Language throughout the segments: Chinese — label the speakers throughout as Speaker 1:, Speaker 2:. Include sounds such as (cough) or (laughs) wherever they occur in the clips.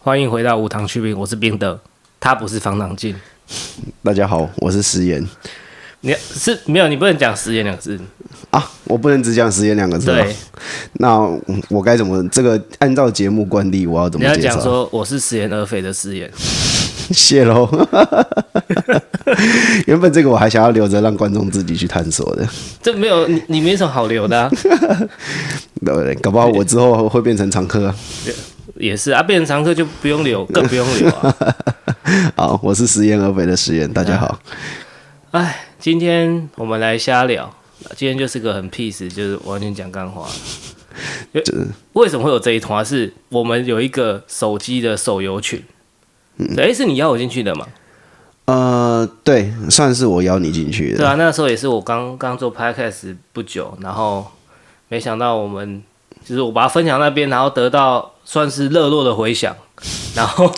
Speaker 1: 欢迎回到无糖去冰，我是冰的，他不是方糖镜。
Speaker 2: 大家好，我是石岩
Speaker 1: 你是没有，你不能讲食言两个字。
Speaker 2: 啊，我不能只讲石岩两个字吗
Speaker 1: 对，
Speaker 2: 那我该怎么？这个按照节目惯例，我要怎
Speaker 1: 你
Speaker 2: 么啊
Speaker 1: 要
Speaker 2: 介
Speaker 1: 讲
Speaker 2: 绍？
Speaker 1: 说我是食言而肥的食言。
Speaker 2: 谢喽。 (laughs) 原本这个我还想要留着让观众自己去探索的，
Speaker 1: 这没有你，你没什么好留
Speaker 2: (laughs)
Speaker 1: 的、啊，
Speaker 2: 对不对？搞不好我之后会变成常
Speaker 1: (laughs)
Speaker 2: 客啊。
Speaker 1: 也是啊，变成常客就不用留，更不用留
Speaker 2: (laughs)
Speaker 1: 啊。
Speaker 2: 好，我是食言而肥的食言，大家好。
Speaker 1: 哎，今天我们来瞎聊，今天就是个很 peace，就是完全讲干
Speaker 2: (laughs)
Speaker 1: 话。因为为什么会有这一团？是我们有一个手机的手游群，
Speaker 2: 嗯
Speaker 1: 哎、是你邀我进去的嘛？
Speaker 2: 呃，对，算是我邀你进去
Speaker 1: 对
Speaker 2: 的。
Speaker 1: 啊，那时候也是我刚刚做 podcast 不久，然后没想到我们就是我把它分享那边，然后得到算是热络的回响，然 (laughs) 后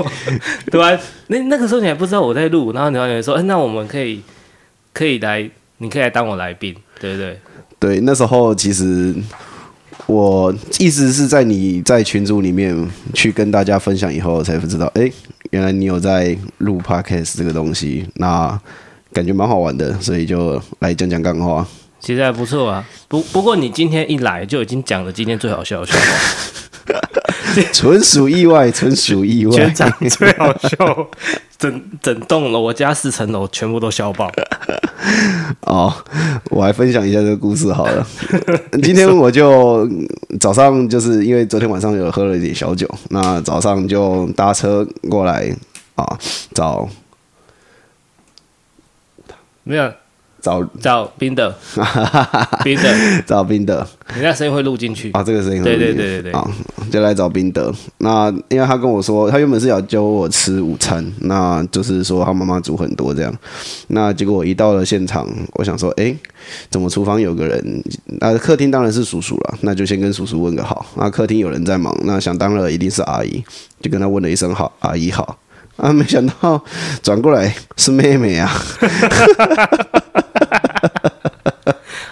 Speaker 1: 对吧、那那个时候你还不知道我在录，然后你还说，哎、那我们可以可以来，你可以来当我来宾，对不对？
Speaker 2: 对，那时候其实我一直是在你在群组里面去跟大家分享以后，我才知道，哎、原来你有在录 podcast 这个东西，那感觉蛮好玩的，所以就来讲讲干话。 (laughs)
Speaker 1: 其实还不错啊，不不过你今天一来就已经讲了今天最好笑的 (laughs) 笑话，
Speaker 2: 纯属意外，纯属意
Speaker 1: 全
Speaker 2: 外。
Speaker 1: 场最好笑，整整栋楼，我家四层楼全部都笑爆。
Speaker 2: (laughs) 哦，我来分享一下这个故事好了。今天我就早上就是因为昨天晚上有喝了一点小酒，那早上就搭车过来啊，找
Speaker 1: 没有
Speaker 2: 找
Speaker 1: 找冰的，冰的，
Speaker 2: 找宾德
Speaker 1: 你那声音会录进去。
Speaker 2: 啊，这个声音很
Speaker 1: 对
Speaker 2: 有
Speaker 1: 对
Speaker 2: 意思
Speaker 1: 对对对
Speaker 2: 啊，就来找宾德。那因为他跟我说，他原本是要教我吃午餐，那就是说他妈妈煮很多这样。那结果我一到了现场，我想说，诶，怎么厨房有个人？那客厅当然是叔叔了，那就先跟叔叔问个好。那客厅有人在忙，那想当然一定是阿姨，就跟他问了一声好，阿姨好。啊，没想到转过来是妹
Speaker 1: (laughs)
Speaker 2: 妹啊！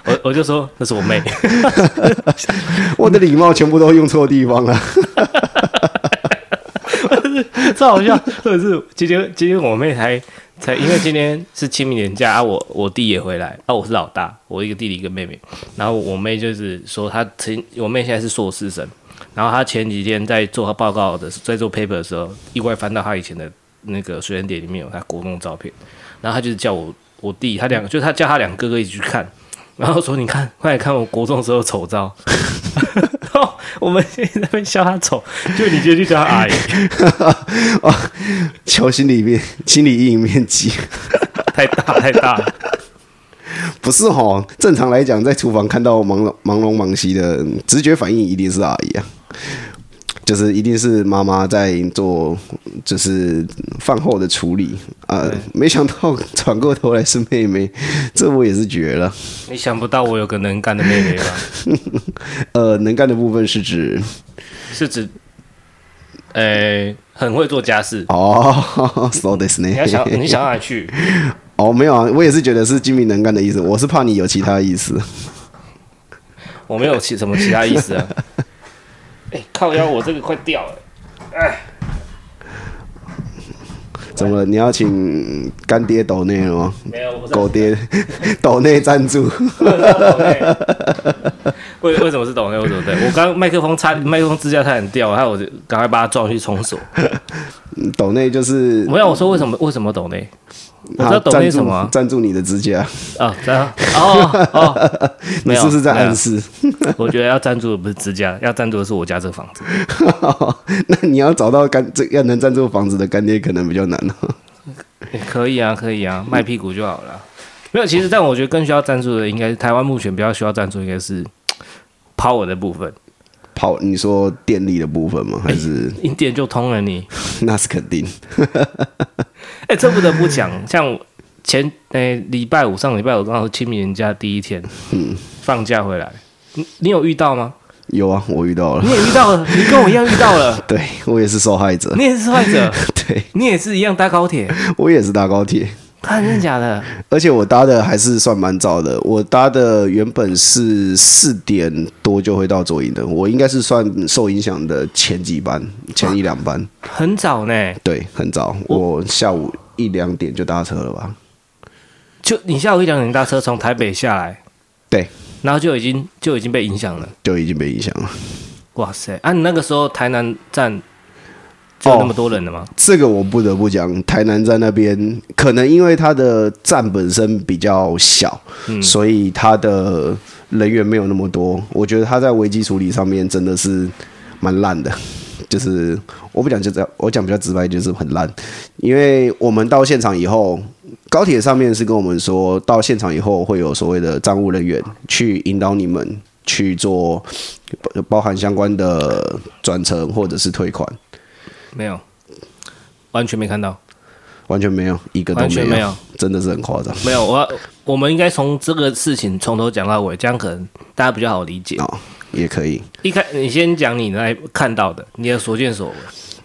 Speaker 1: 我我就说那是我妹，
Speaker 2: 我的礼貌全部都用错地方了。
Speaker 1: 超好笑。 (laughs) 或者是今天今天我妹才才，因为今天是清明年假啊，我我弟也回来啊，我是老大，我一个弟弟一个妹妹。然后我妹就是说她前我妹现在是硕士生，然后她前几天在做报告的时在做 paper 的时候，意外翻到她以前的那个学生点里面有她国中的照片，然后她就是叫我我弟，他两个就他叫他两哥哥一起去看。然后说：“你看，快来看我国中的时候的丑照。” (laughs) 然后我们现在在那边笑他丑，就你直接去叫他阿姨。
Speaker 2: 求心理面心理阴影面积。
Speaker 1: 太大太大了。
Speaker 2: 不是哦，正常来讲，在厨房看到忙忙龙忙西的直觉反应一定是阿姨啊，就是一定是妈妈在做，就是饭后的处理啊、呃没想到转过头来是妹妹，这我也是绝了。
Speaker 1: (laughs) 你想不到我有个能干的妹妹吧？ (laughs)
Speaker 2: 呃，能干的部分是指
Speaker 1: 是指，呃、很会做家
Speaker 2: (laughs)
Speaker 1: 事。
Speaker 2: 哦 (laughs) ，so this 呢
Speaker 1: 你要？想，你想哪里去？
Speaker 2: (laughs) 哦，没有啊，我也是觉得是精明能干的意思，我是怕你有其他意思。
Speaker 1: 我没有其什么其他意思啊。 (laughs) 哎、靠腰，我这个快掉了。
Speaker 2: 怎么了？你要请干爹抖内了吗？
Speaker 1: 没有，我不是 (laughs)
Speaker 2: 狗爹 (laughs) 抖内赞助。
Speaker 1: (laughs) 为为什么是抖内？为什么对？我刚刚麦克风差，麦克风支架差点掉了，害我就赶快把它撞去重锁。
Speaker 2: 抖内就是
Speaker 1: 没有，我说为什么为什么抖内？
Speaker 2: (laughs)
Speaker 1: 我知道
Speaker 2: 啊
Speaker 1: 抖内什么啊
Speaker 2: 赞助你的指甲，
Speaker 1: 啊？这样哦哦，
Speaker 2: (laughs) 你
Speaker 1: 没有
Speaker 2: 是不是在
Speaker 1: 没有
Speaker 2: 暗示？
Speaker 1: (laughs) 我觉得要赞助的不是支架，要赞助的是我家这个房子。
Speaker 2: (laughs) 那你要找到干这要能赞助房子的干爹，可能比较难 (laughs) 哦。
Speaker 1: 也可以啊，可以啊，卖屁股就好了。没有，其实但我觉得更需要赞助的，应该是台湾目前比较需要赞助，应该是 power 的部分，
Speaker 2: 跑，你说电力的部分吗？还是
Speaker 1: 一点就通了你。
Speaker 2: (laughs) 那是肯定？
Speaker 1: 哎、这不得不讲，像前哎礼、拜五上礼拜五刚好清明人家第一天，放假回来，你你有遇到吗？
Speaker 2: 有啊，我遇到了 (laughs)
Speaker 1: 你，也遇到了，你跟我一样遇到了，
Speaker 2: 对我也是受害者， (laughs)
Speaker 1: 你也是受害者，
Speaker 2: 对
Speaker 1: 你也是一样搭高铁，
Speaker 2: 我也是搭高铁，
Speaker 1: 看真的假的？
Speaker 2: 而且我搭的还是算蛮早的，我搭的原本是四点多就会到左营的，我应该是算受影响的前几班，前一两班，
Speaker 1: 很早呢，
Speaker 2: 对，很早，我下午一两点就搭车了吧？
Speaker 1: 就你下午一两点搭车从台北下来，
Speaker 2: 对，
Speaker 1: 然后就已经就已经被影响了。
Speaker 2: 就已经被影响了。
Speaker 1: 哇塞！啊，你那个时候台南站就有那么多人了吗？
Speaker 2: 这个我不得不讲，台南站那边可能因为它的站本身比较小，所以它的人员没有那么多。我觉得它在危机处理上面真的是蛮烂的， (laughs) 就是我不讲就这样，我讲比较直白就是很烂。因为我们到现场以后，高铁上面是跟我们说，到现场以后会有所谓的站务人员去引导你们去做包包含相关的转乘或者是退款。
Speaker 1: 没有，完全没看到，
Speaker 2: 完全没有，一个都
Speaker 1: 完全没有，
Speaker 2: 真的是很夸张。
Speaker 1: 没有。我我们应该从这个事情从头讲到尾，这样可能大家比较好理解。
Speaker 2: 哦，也可以。
Speaker 1: 一开，你先讲你来看到的，你的所见所
Speaker 2: (laughs)
Speaker 1: 闻。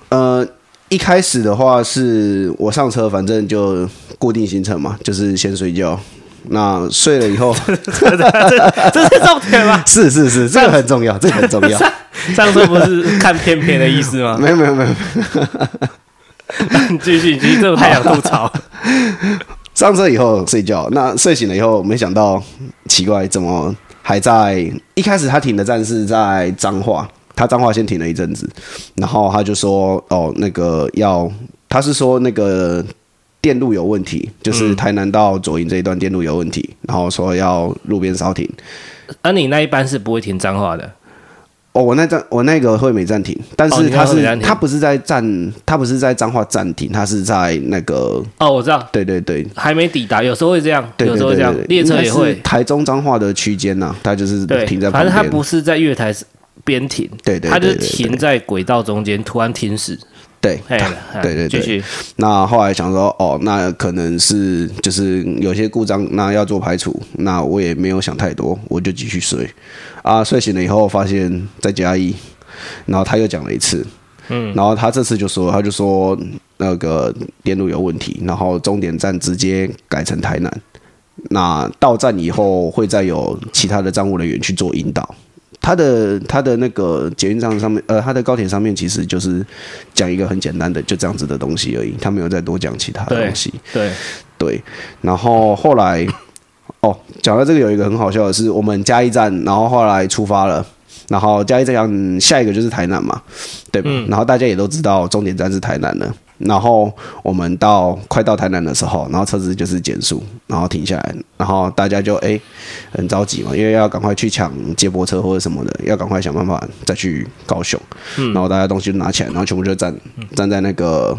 Speaker 2: 呃，一开始的话是我上车，反正就固定行程嘛，就是先睡觉。那睡了
Speaker 1: (laughs)
Speaker 2: 以后，
Speaker 1: 这是重点吗？
Speaker 2: 是是是，这个很重要，这个很重要。
Speaker 1: (laughs) 上次不是看片片的意思吗？
Speaker 2: (laughs) 没有没有没有，
Speaker 1: 你 (laughs) 继续，你这我太想吐槽。
Speaker 2: (laughs) 上车以后睡觉，那睡醒了以后，没想到奇怪，怎么还在？一开始他停的站是在彰化，他彰化先停了一阵子，然后他就说：“哦，那个要，他是说那个电路有问题，
Speaker 1: 嗯
Speaker 2: 就是台南到左营这一段电路有问题，然后说要路边烧停。”
Speaker 1: 啊，你那一班是不会听脏话的，
Speaker 2: 哦，我那站我那个会没暂停，但
Speaker 1: 哦
Speaker 2: 是
Speaker 1: 你那
Speaker 2: 他
Speaker 1: 个
Speaker 2: 是
Speaker 1: 会没暂停
Speaker 2: 他不是在站，他不是在彰化暂停，他是在那个
Speaker 1: 哦，我知道，
Speaker 2: 对对对
Speaker 1: 还没抵达，有时候会这样，
Speaker 2: 对
Speaker 1: 有
Speaker 2: 对
Speaker 1: 时候
Speaker 2: 对
Speaker 1: 会这样
Speaker 2: 对，，
Speaker 1: 列
Speaker 2: 应
Speaker 1: 车
Speaker 2: 该
Speaker 1: 也
Speaker 2: 是
Speaker 1: 会，
Speaker 2: 台中彰化的区间呐，它就是
Speaker 1: 对
Speaker 2: 停在，旁
Speaker 1: 反正
Speaker 2: 边，
Speaker 1: 它不是在月台，边停，
Speaker 2: 对对，
Speaker 1: 它就
Speaker 2: 对
Speaker 1: 是停，在轨道中间，突然停止。
Speaker 2: 对对
Speaker 1: 哎哎
Speaker 2: (laughs) 对，对对
Speaker 1: 继续，
Speaker 2: 那后来想说，哦，那可能是就是有些故障，那要做排除，那我也没有想太多，我就继续睡啊，睡醒了以后发现在嘉义，然后他又讲了一次，嗯，然后他这次就说，他就说那个电路有问题，然后终点站直接改成台南，那到站以后会再有其他的站务人员去做引导。他的他的那个捷运站上面，呃，他的高铁上面其实就是讲一个很简单的，就这样子的东西而已，他没有再多讲其他的
Speaker 1: 对
Speaker 2: 东西。
Speaker 1: 对，
Speaker 2: 对，然后后来，哦，讲到这个有一个很好笑的是，我们嘉义站，然后后来出发了，然后嘉义站嗯下一个就是台南嘛，对吧？
Speaker 1: 嗯
Speaker 2: 然后大家也都知道终点站是台南了。然后我们到快到台南的时候，然后车子就是减速，然后停下来，然后大家就哎很着急嘛，因为要赶快去抢接驳车或者什么的，要赶快想办法再去高雄。
Speaker 1: 嗯
Speaker 2: 然后大家东西就拿起来，然后全部就站站在那个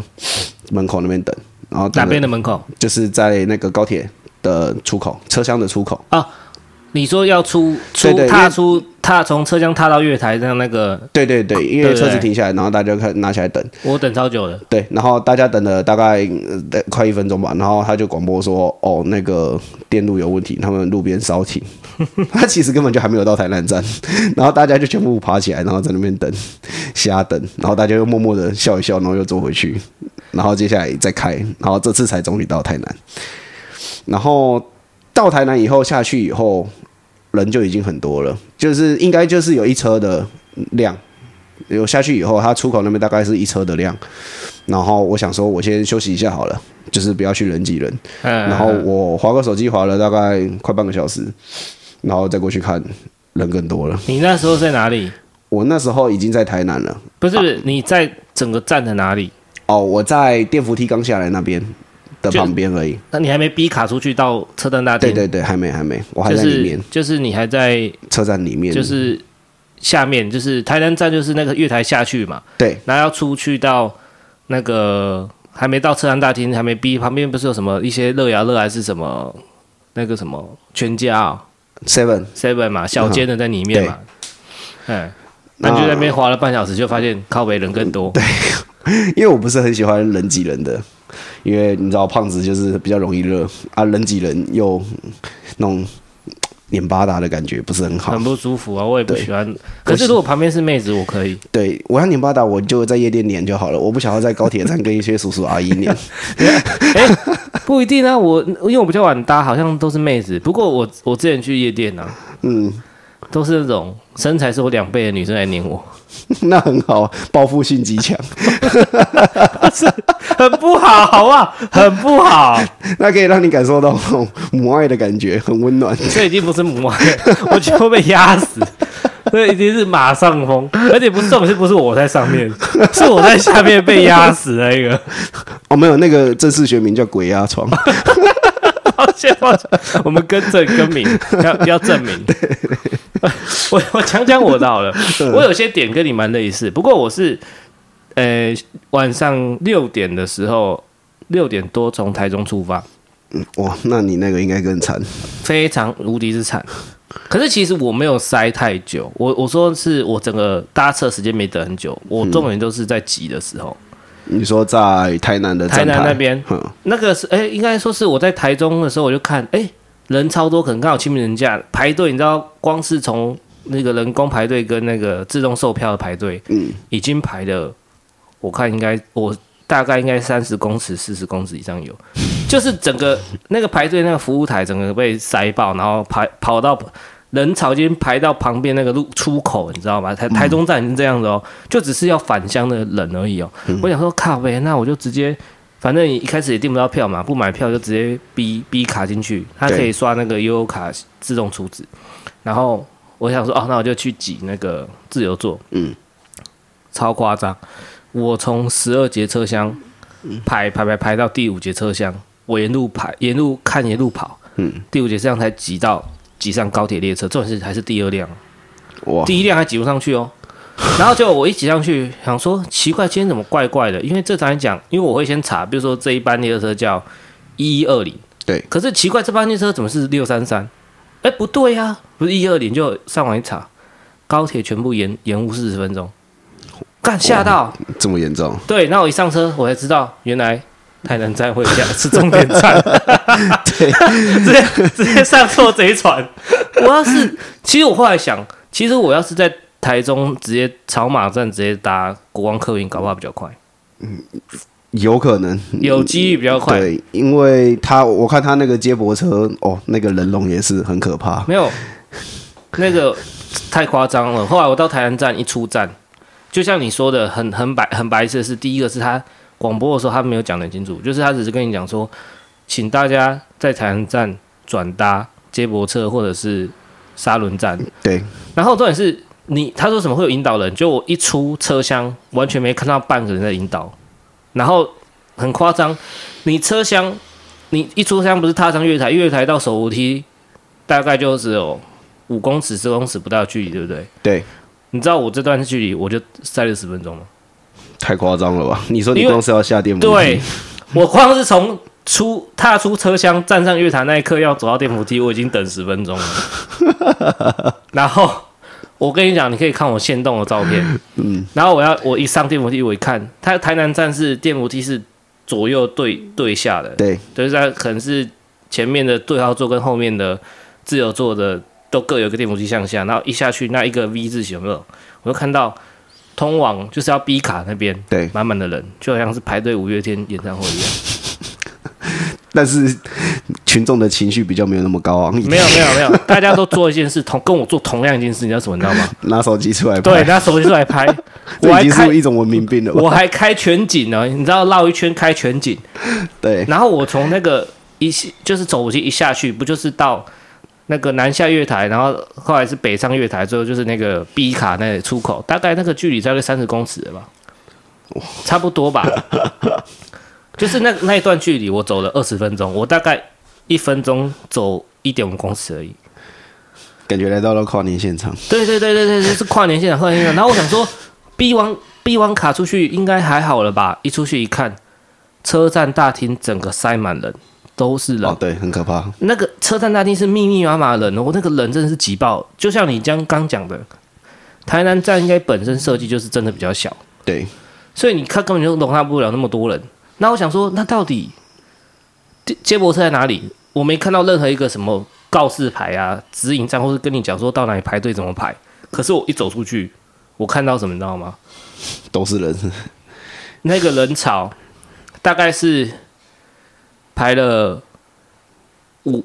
Speaker 2: 门口那边等，然后
Speaker 1: 哪
Speaker 2: 等了
Speaker 1: 边的门口？
Speaker 2: 就是在那个高铁的出口，车厢的出口。
Speaker 1: 你说要出
Speaker 2: 对
Speaker 1: 出
Speaker 2: 对因
Speaker 1: 踏
Speaker 2: 为
Speaker 1: 出踏从车厢踏到月台，让那个
Speaker 2: 对对对，因
Speaker 1: 对
Speaker 2: 为
Speaker 1: 对
Speaker 2: 车子停下来，然后大家就开拿起来等。
Speaker 1: 我等超久了，
Speaker 2: 对，然后大家等了大概、呃、快一分钟吧，然后他就广播说：“哦，那个电路有问题，他们路边烧停。” (laughs) 他其实根本就还没有到台南站，然后大家就全部爬起来，然后在那边等，瞎等，然后大家又默默的笑一笑，然后又坐回去，然后接下来再开，然后这次才终于到台南。然后到台南以后下去以后，人就已经很多了，就是应该就是有一车的量。有下去以后，它出口那边大概是一车的量，然后我想说，我先休息一下好了，就是不要去人挤人。
Speaker 1: 嗯，
Speaker 2: 然后我划个手机，划了大概快半个小时，然后再过去看，人更多了。
Speaker 1: 你那时候在哪里？
Speaker 2: 我那时候已经在台南了，
Speaker 1: 不是你在整个站的哪里？
Speaker 2: 哦，我在电扶梯刚下来那边的
Speaker 1: 就
Speaker 2: 旁边而已。
Speaker 1: 那你还没逼卡出去到车站大厅？
Speaker 2: 对对对，还没还没，我还
Speaker 1: 就
Speaker 2: 在里面
Speaker 1: 是，就是你还在
Speaker 2: 车站里面，
Speaker 1: 就是下面就是台南站就是那个月台下去嘛，
Speaker 2: 对
Speaker 1: 然后要出去到那个还没到车站大厅，还没逼旁边不是有什么一些乐雅乐还是什么那个什么全家哦
Speaker 2: Seven。
Speaker 1: seven 嘛，小间的在里面嘛，嗯，那
Speaker 2: 那
Speaker 1: 你就在那边滑了半小时，就发现靠北人更多，
Speaker 2: 嗯
Speaker 1: 对，
Speaker 2: 因为我不是很喜欢人挤人的，因为你知道胖子就是比较容易热啊，人挤人又那种眼巴达的感觉不是很好
Speaker 1: 很。不舒服啊，我也不
Speaker 2: 对
Speaker 1: 喜欢。可是如果旁边是妹子，我可以。
Speaker 2: 对我要碾巴达，我就在夜店碾就好了，我不想要在高铁站跟一些叔叔阿姨碾。
Speaker 1: 不一定啊，我因为我比较晚搭，好像都是妹子。不过我我之前去夜店啊，
Speaker 2: 嗯，
Speaker 1: 都是那种身材是我两倍的女生来黏
Speaker 2: (laughs)
Speaker 1: 我，
Speaker 2: (laughs) 那很好，报复性极强。
Speaker 1: 很不好，好不好？很不好。
Speaker 2: 那可以让你感受到那种母爱的感觉，很温暖。
Speaker 1: 这已经不是母爱了， (laughs) 我就会被压死。这已经是马上风，而且不是重点是不是我在上面，是我在下面被压死的一个。
Speaker 2: 哦，没有，那个正式学名叫鬼压床。 (laughs)
Speaker 1: 抱歉，抱歉，我们更正更名，要要证明。我我讲讲我的好了，我有些点跟你蛮类似，不过我是，呃，晚上六点的时候，六点多从台中出发，
Speaker 2: 哇，那你那个应该更惨。
Speaker 1: 非常无敌之惨。可是其实我没有塞太久，我我说是我整个搭车时间没等很久，我重点都是在挤的时候，
Speaker 2: 你说在台南的站
Speaker 1: 台
Speaker 2: 台
Speaker 1: 南那边
Speaker 2: 嗯，
Speaker 1: 那个是哎、应该说是我在台中的时候，我就看哎、人超多，可能刚好清明人假排队，你知道光是从那个人工排队跟那个自动售票的排队，嗯，已经排了，我看应该我大概应该三十公尺、四十公尺以上有，就是整个那个排队那个服务台整个被塞爆，然后排跑到。人潮已经排到旁边那个路出口，你知道吗？台台中站已经这样子哦，就只是要返乡的人而已哦。我想说，靠呗，那我就直接反正你一开始也订不到票嘛，不买票就直接逼逼卡进去，他可以刷那个悠游卡自动储值。然后我想说，哦，那我就去挤那个自由座，嗯，超夸张！我从十二节车厢排排排排到第五节车厢，我沿路排沿路看沿路跑，嗯，第五节车厢才挤到挤上高铁列车，重点是还是第二辆，
Speaker 2: 哇，
Speaker 1: 第一辆还挤不上
Speaker 2: (laughs)
Speaker 1: 去哦。然后就我一挤上去，想说奇怪，今天怎么怪怪的？因为这常讲，因为我会先查，比如说这一班列车叫一一二零，
Speaker 2: 对，
Speaker 1: 可是奇怪，这班列车怎么是六三三？哎，不对呀、不是一二零，就上网一查，高铁全部延延误四十分钟，干吓到，
Speaker 2: 这么严重，
Speaker 1: 对，那我一上车，我才知道原来台南站会下是终点 (laughs) 站，
Speaker 2: 对，
Speaker 1: (laughs) 直接直接上错贼船。 (laughs) 我要是，其实我后来想，其实我要是在台中直接草马站直接搭国光客运，搞不好比较快，
Speaker 2: 有可能。
Speaker 1: 有机遇比较快。
Speaker 2: 对，因为他我看他那个接驳车，哦，那个人龙也是很可怕。
Speaker 1: 没有那个太夸张了。后来我到台南站一出站，就像你说的，很很白很白痴的是，第一个是他广播的时候他没有讲得很清楚，就是他只是跟你讲说，请大家在台南站转搭接驳车或者是沙轮站，
Speaker 2: 对，
Speaker 1: 然后重点是你，他说什么会有引导人？就我一出车厢，完全没看到半个人在引导，然后很夸张。你车厢，你一出车厢不是踏上月台，月台到手扶梯大概就只有五公尺、十公尺不到的距离，对不对？
Speaker 2: 对，
Speaker 1: 你知道我这段距离我就塞了十分钟吗？
Speaker 2: 太夸张了吧？你说你
Speaker 1: 因为
Speaker 2: 光是要下电扶梯，
Speaker 1: 对，我光是从出踏出车厢，站上月台那一刻要走到电扶梯，我已经等十分钟了。然后我跟你讲，你可以看我现动的照片，嗯，然后我要我一上电扶梯，我一看，它台南站是电扶梯是左右对对下的，
Speaker 2: 对
Speaker 1: 就是它可能是前面的对号座跟后面的自由座的都各有一个电扶梯向下，然后一下去那一个 V 字形有没有？我就看到通往就是要 B 卡那边，
Speaker 2: 对，
Speaker 1: 满满的人，就好像是排队五月天演唱会
Speaker 2: (laughs)
Speaker 1: 一样。
Speaker 2: 但是群众的情绪比较没有那么高昂，
Speaker 1: 没有没有没有，大家都做一件事，同跟我做同样一件事，你知道什么？你知
Speaker 2: (laughs)
Speaker 1: 道吗？
Speaker 2: 拿手机出来
Speaker 1: 对，
Speaker 2: (laughs) 拍，
Speaker 1: 拿手机出来拍，我
Speaker 2: 这已
Speaker 1: 还
Speaker 2: 经
Speaker 1: 开
Speaker 2: 是一种文明病了吧？
Speaker 1: 我还开全景呢，你知道绕一圈开全景，
Speaker 2: 对，
Speaker 1: 然后我从那个一下就是走过去一下去，不就是到那个南下月台，然后后来是北上月台，最后就是那个 B 卡那里出口，大概那个距离大概三十公尺了吧，差不多吧。就是那那一段距离，我走了二十分钟，我大概一分钟走一点五公尺而已。
Speaker 2: 感觉来到了跨年现场。
Speaker 1: 对对对对对，就是跨年现场，跨年现场。然后我想说，B 完 B 完卡出去应该还好了吧？一出去一看，车站大厅整个塞满人，都是人
Speaker 2: 哦，。对，很可怕。
Speaker 1: 那个车站大厅是密密麻麻的人哦，那个人真的是挤爆。就像你刚刚讲的，台南站应该本身设计就是真的比较小，
Speaker 2: 对，
Speaker 1: 所以你看根本就容纳不了那么多人。那我想说，那到底接接驳车在哪里？我没看到任何一个什么告示牌啊、指引站，或是跟你讲说到哪里排队怎么排。可是我一走出去，我看到什么，你知道吗？
Speaker 2: 都是人，
Speaker 1: 那个人潮大概是排了五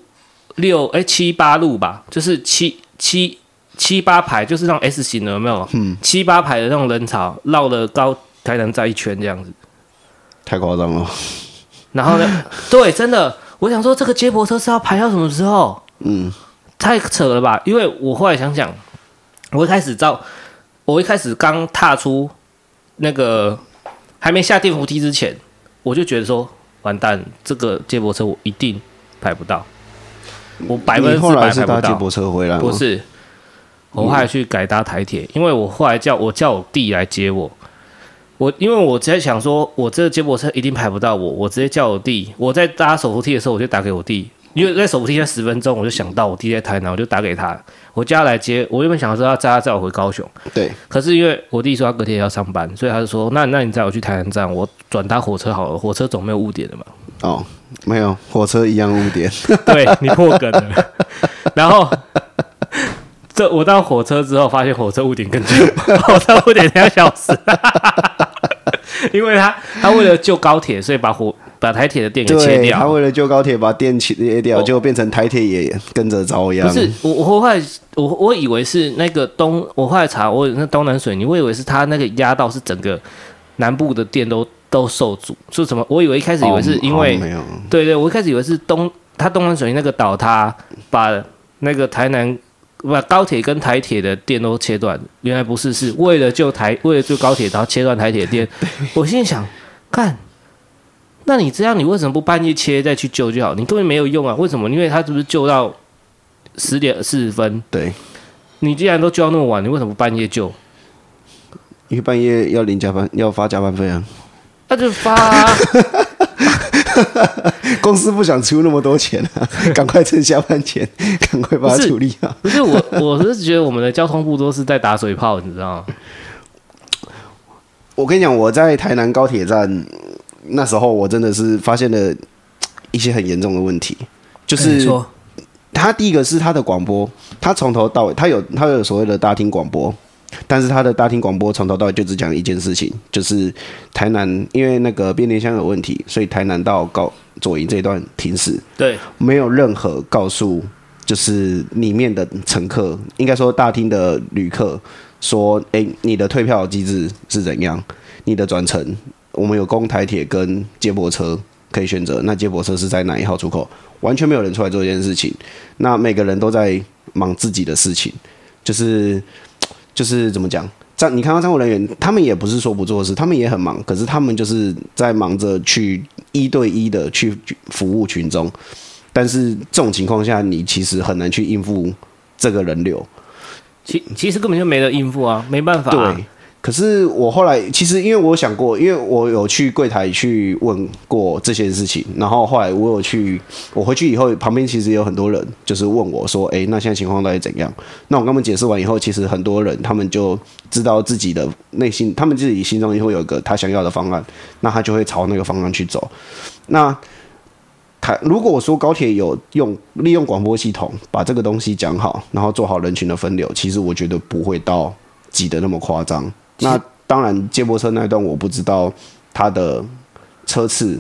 Speaker 1: 六哎、七八路吧，就是七七七八排，就是那种 S 型的，有没有？嗯，七八排的那种人潮绕了高台南站一圈这样子。
Speaker 2: 太夸张了。
Speaker 1: 然后
Speaker 2: (laughs)
Speaker 1: 呢，对，真的，我想说这个接驳车是要排到什么时候？
Speaker 2: 嗯，
Speaker 1: 太扯了吧！因为我后来想想，我一开始照，我一开始刚踏出那个还没下电扶梯之前，我就觉得说，完蛋，这个接驳车我一定排不到，我百分
Speaker 2: 你后
Speaker 1: 之百
Speaker 2: 来
Speaker 1: 排
Speaker 2: 是
Speaker 1: 不
Speaker 2: 搭接
Speaker 1: 到。
Speaker 2: 驳车回来吗？
Speaker 1: 不是，我后来去改搭台铁，因为我后来叫我叫我弟来接我。我因为我直接想说，我这个接驳车一定排不到我，我直接叫我弟。我在搭手扶梯的时候，我就打给我弟，因为在手扶梯那十分钟，我就想到我弟在台南，我就打给他，我叫他来接。我原本想说要载他载我回高雄，
Speaker 2: 对，
Speaker 1: 可是因为我弟说他隔天要上班，所以他就说：“那那你载我去台南站，我转搭火车好了，火车总没有误点的嘛。”
Speaker 2: 哦，没有，火车一样
Speaker 1: (laughs)
Speaker 2: 误点。
Speaker 1: 对你破梗了。 (laughs) 然后，这我到火车之后，发现火车误点更久， (laughs) 火车误点两小时， (laughs) 因为他他为了救高铁，所以把火把台铁的电给切
Speaker 2: 对，他
Speaker 1: 掉。
Speaker 2: 为了救高铁把电切掉，
Speaker 1: 哦
Speaker 2: 结果变成台铁也跟着遭殃。
Speaker 1: 不是我，我后来我我以为是那个东，我后来查我那东南水泥，我以为是他那个压到是整个南部的电都都受阻，说什么？我以为一开始以为是因为
Speaker 2: 哦没有，
Speaker 1: 对对，我一开始以为是东，它东南水泥那个倒塌，把那个台南把高铁跟台铁的电都切断，原来不是，是为了救台，为了救高铁，然后切断台铁电。我心里想，干，那你这样，你为什么不半夜切再去救就好？你根本没有用啊！为什么？因啊为他是不是救到十点四十分？
Speaker 2: 对，
Speaker 1: 你既然都救到那么晚，你为什么不半夜救？
Speaker 2: 因为半夜要领加班，要发加班费啊。
Speaker 1: 那就发、啊。
Speaker 2: (laughs) 公司不想出那么多钱啊，
Speaker 1: (laughs)
Speaker 2: 赶快趁下班前，赶快把它
Speaker 1: 不是
Speaker 2: 处理啊好。
Speaker 1: 不是我，我是觉得我们的交通部都是在打水炮，你知道吗？
Speaker 2: 我跟你讲，我在台南高铁站那时候，我真的是发现了一些很严重的问题，
Speaker 1: 哎
Speaker 2: 就是它第一个是它的广播，它从头到尾，它有它有所谓的大厅广播，但是它的大厅广播从头到尾就只讲一件事情，就是台南因为那个变电箱有问题，所以台南到高左营这一段停驶，
Speaker 1: 对，
Speaker 2: 没有任何告诉就是里面的乘客，应该说大厅的旅客说，哎、你的退票机制是怎样？你的转乘，我们有供台铁跟接驳车可以选择，那接驳车是在哪一号出口？完全没有人出来做这件事情，那每个人都在忙自己的事情，就是就是怎么讲？站你看到站务人员，他们也不是说不做事，他们也很忙，可是他们就是在忙着去一对一的去服务群众，但是这种情况下，你其实很难去应付这个人流。
Speaker 1: 其其实根本就没得应付啊，没办法、啊。
Speaker 2: 对，可是我后来其实因为我有想过，因为我有去柜台去问过这些事情，然后后来我有去，我回去以后旁边其实有很多人就是问我说，诶，那现在情况到底怎样？那我跟他们解释完以后，其实很多人他们就知道自己的内心，他们自己心中也会有一个他想要的方案，那他就会朝那个方向去走。那台如果我说高铁有用利用广播系统把这个东西讲好，然后做好人群的分流，其实我觉得不会到挤得那么夸张。那当然，接驳车那一段我不知道它的车次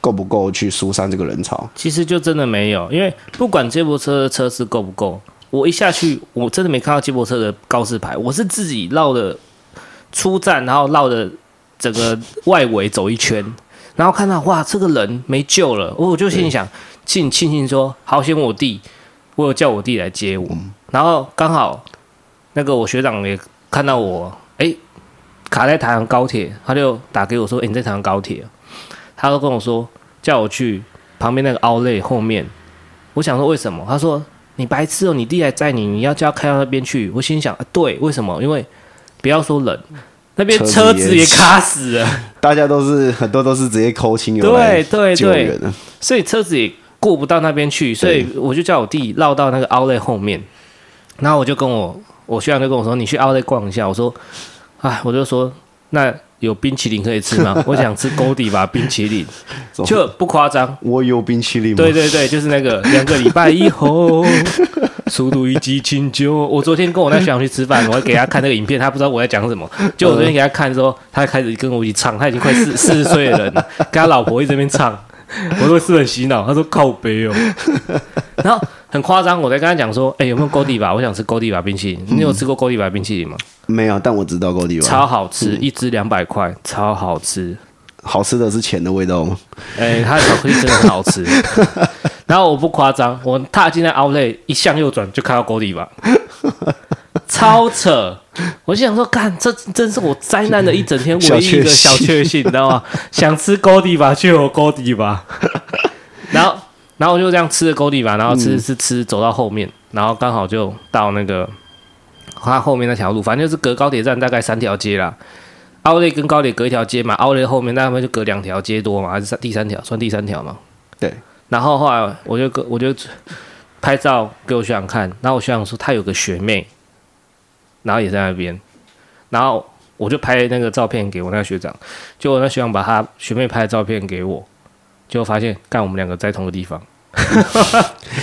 Speaker 2: 够不够去疏散这个人潮。
Speaker 1: 其实就真的没有，因为不管接驳车的车次够不够，我一下去我真的没看到接驳车的告示牌，我是自己绕的出站，然后绕的整个外围走一圈，然后看到哇这个人没救了，我就心里想庆庆幸说好险我弟，我有叫我弟来接我，
Speaker 2: 嗯
Speaker 1: 然后刚好那个我学长也看到我，诶，卡在台湾高铁，他就打给我说，诶，你在台湾高铁啊，他都跟我说叫我去旁边那个凹类后面，我想说为什么？他说你白痴哦，你弟还载你，你要叫他开到那边去。我心想、啊对，为什么？因为不要说冷，那边车
Speaker 2: 车子
Speaker 1: 子
Speaker 2: 也
Speaker 1: 也卡死
Speaker 2: (laughs)
Speaker 1: 了，
Speaker 2: 大家都是很多都是直接抠亲友来
Speaker 1: 对对
Speaker 2: 救
Speaker 1: 对
Speaker 2: 援，的，
Speaker 1: 所以车子也过不到那边去，所以我就叫我弟绕到那个凹类后面，然后我就跟我我学长就跟我说，你去凹类逛一下。我说，哎，我就说那有冰淇淋可以吃吗？我想吃 g o d 吧冰淇淋，
Speaker 2: 走
Speaker 1: 就不夸张。
Speaker 2: 我有冰淇淋吗？
Speaker 1: (laughs) 对对对，就是那个两个礼拜以后，速度与激情就。我昨天跟我那学长去吃饭，我还给他看那个影片，他不知道我在讲什么。就我昨天给他看的时候，他开始跟我一起唱，他已经快四四十岁的人了，跟他老婆一直在那边唱。我说是很洗脑，他说靠背哦，然后很夸张。我在跟他讲说，哎、有没有勾地吧？我想吃勾地吧冰淇淋。你有吃过勾地吧冰淇淋吗？
Speaker 2: 没嗯有，但我知道高地吧。
Speaker 1: 超好吃，一只两百块，超好吃。
Speaker 2: 好吃的是钱的味道吗？ (laughs)
Speaker 1: 哎、它的巧克力真的很好吃。 (laughs) 然后我不夸张，我踏进那 Outlet 一向右转就看到 Goldie 吧，超扯！我就想说，干，这真是我灾难的一整天唯一一个小
Speaker 2: 小
Speaker 1: 确
Speaker 2: 确
Speaker 1: 幸，你知道吗？想吃 Goldie 吧，就有 Goldie 吧。然后，然后我就这样吃了 Goldie 吧，然后吃吃吃，走到后面，然后刚好就到那个它后面那条路，反正就是隔高铁站大概三条街啦。奥莱跟高铁隔一条街嘛，奥莱后面那他们就隔两条街多嘛，还是三第三条算第三条嘛？
Speaker 2: 对。
Speaker 1: 然后后来我就跟我就拍照给我学长看，然后我学长说他有个学妹，然后也在那边，然后我就拍那个照片给我那个学长，结果那学长把他学妹拍的照片给我，结果发现干我们两个在同个地方，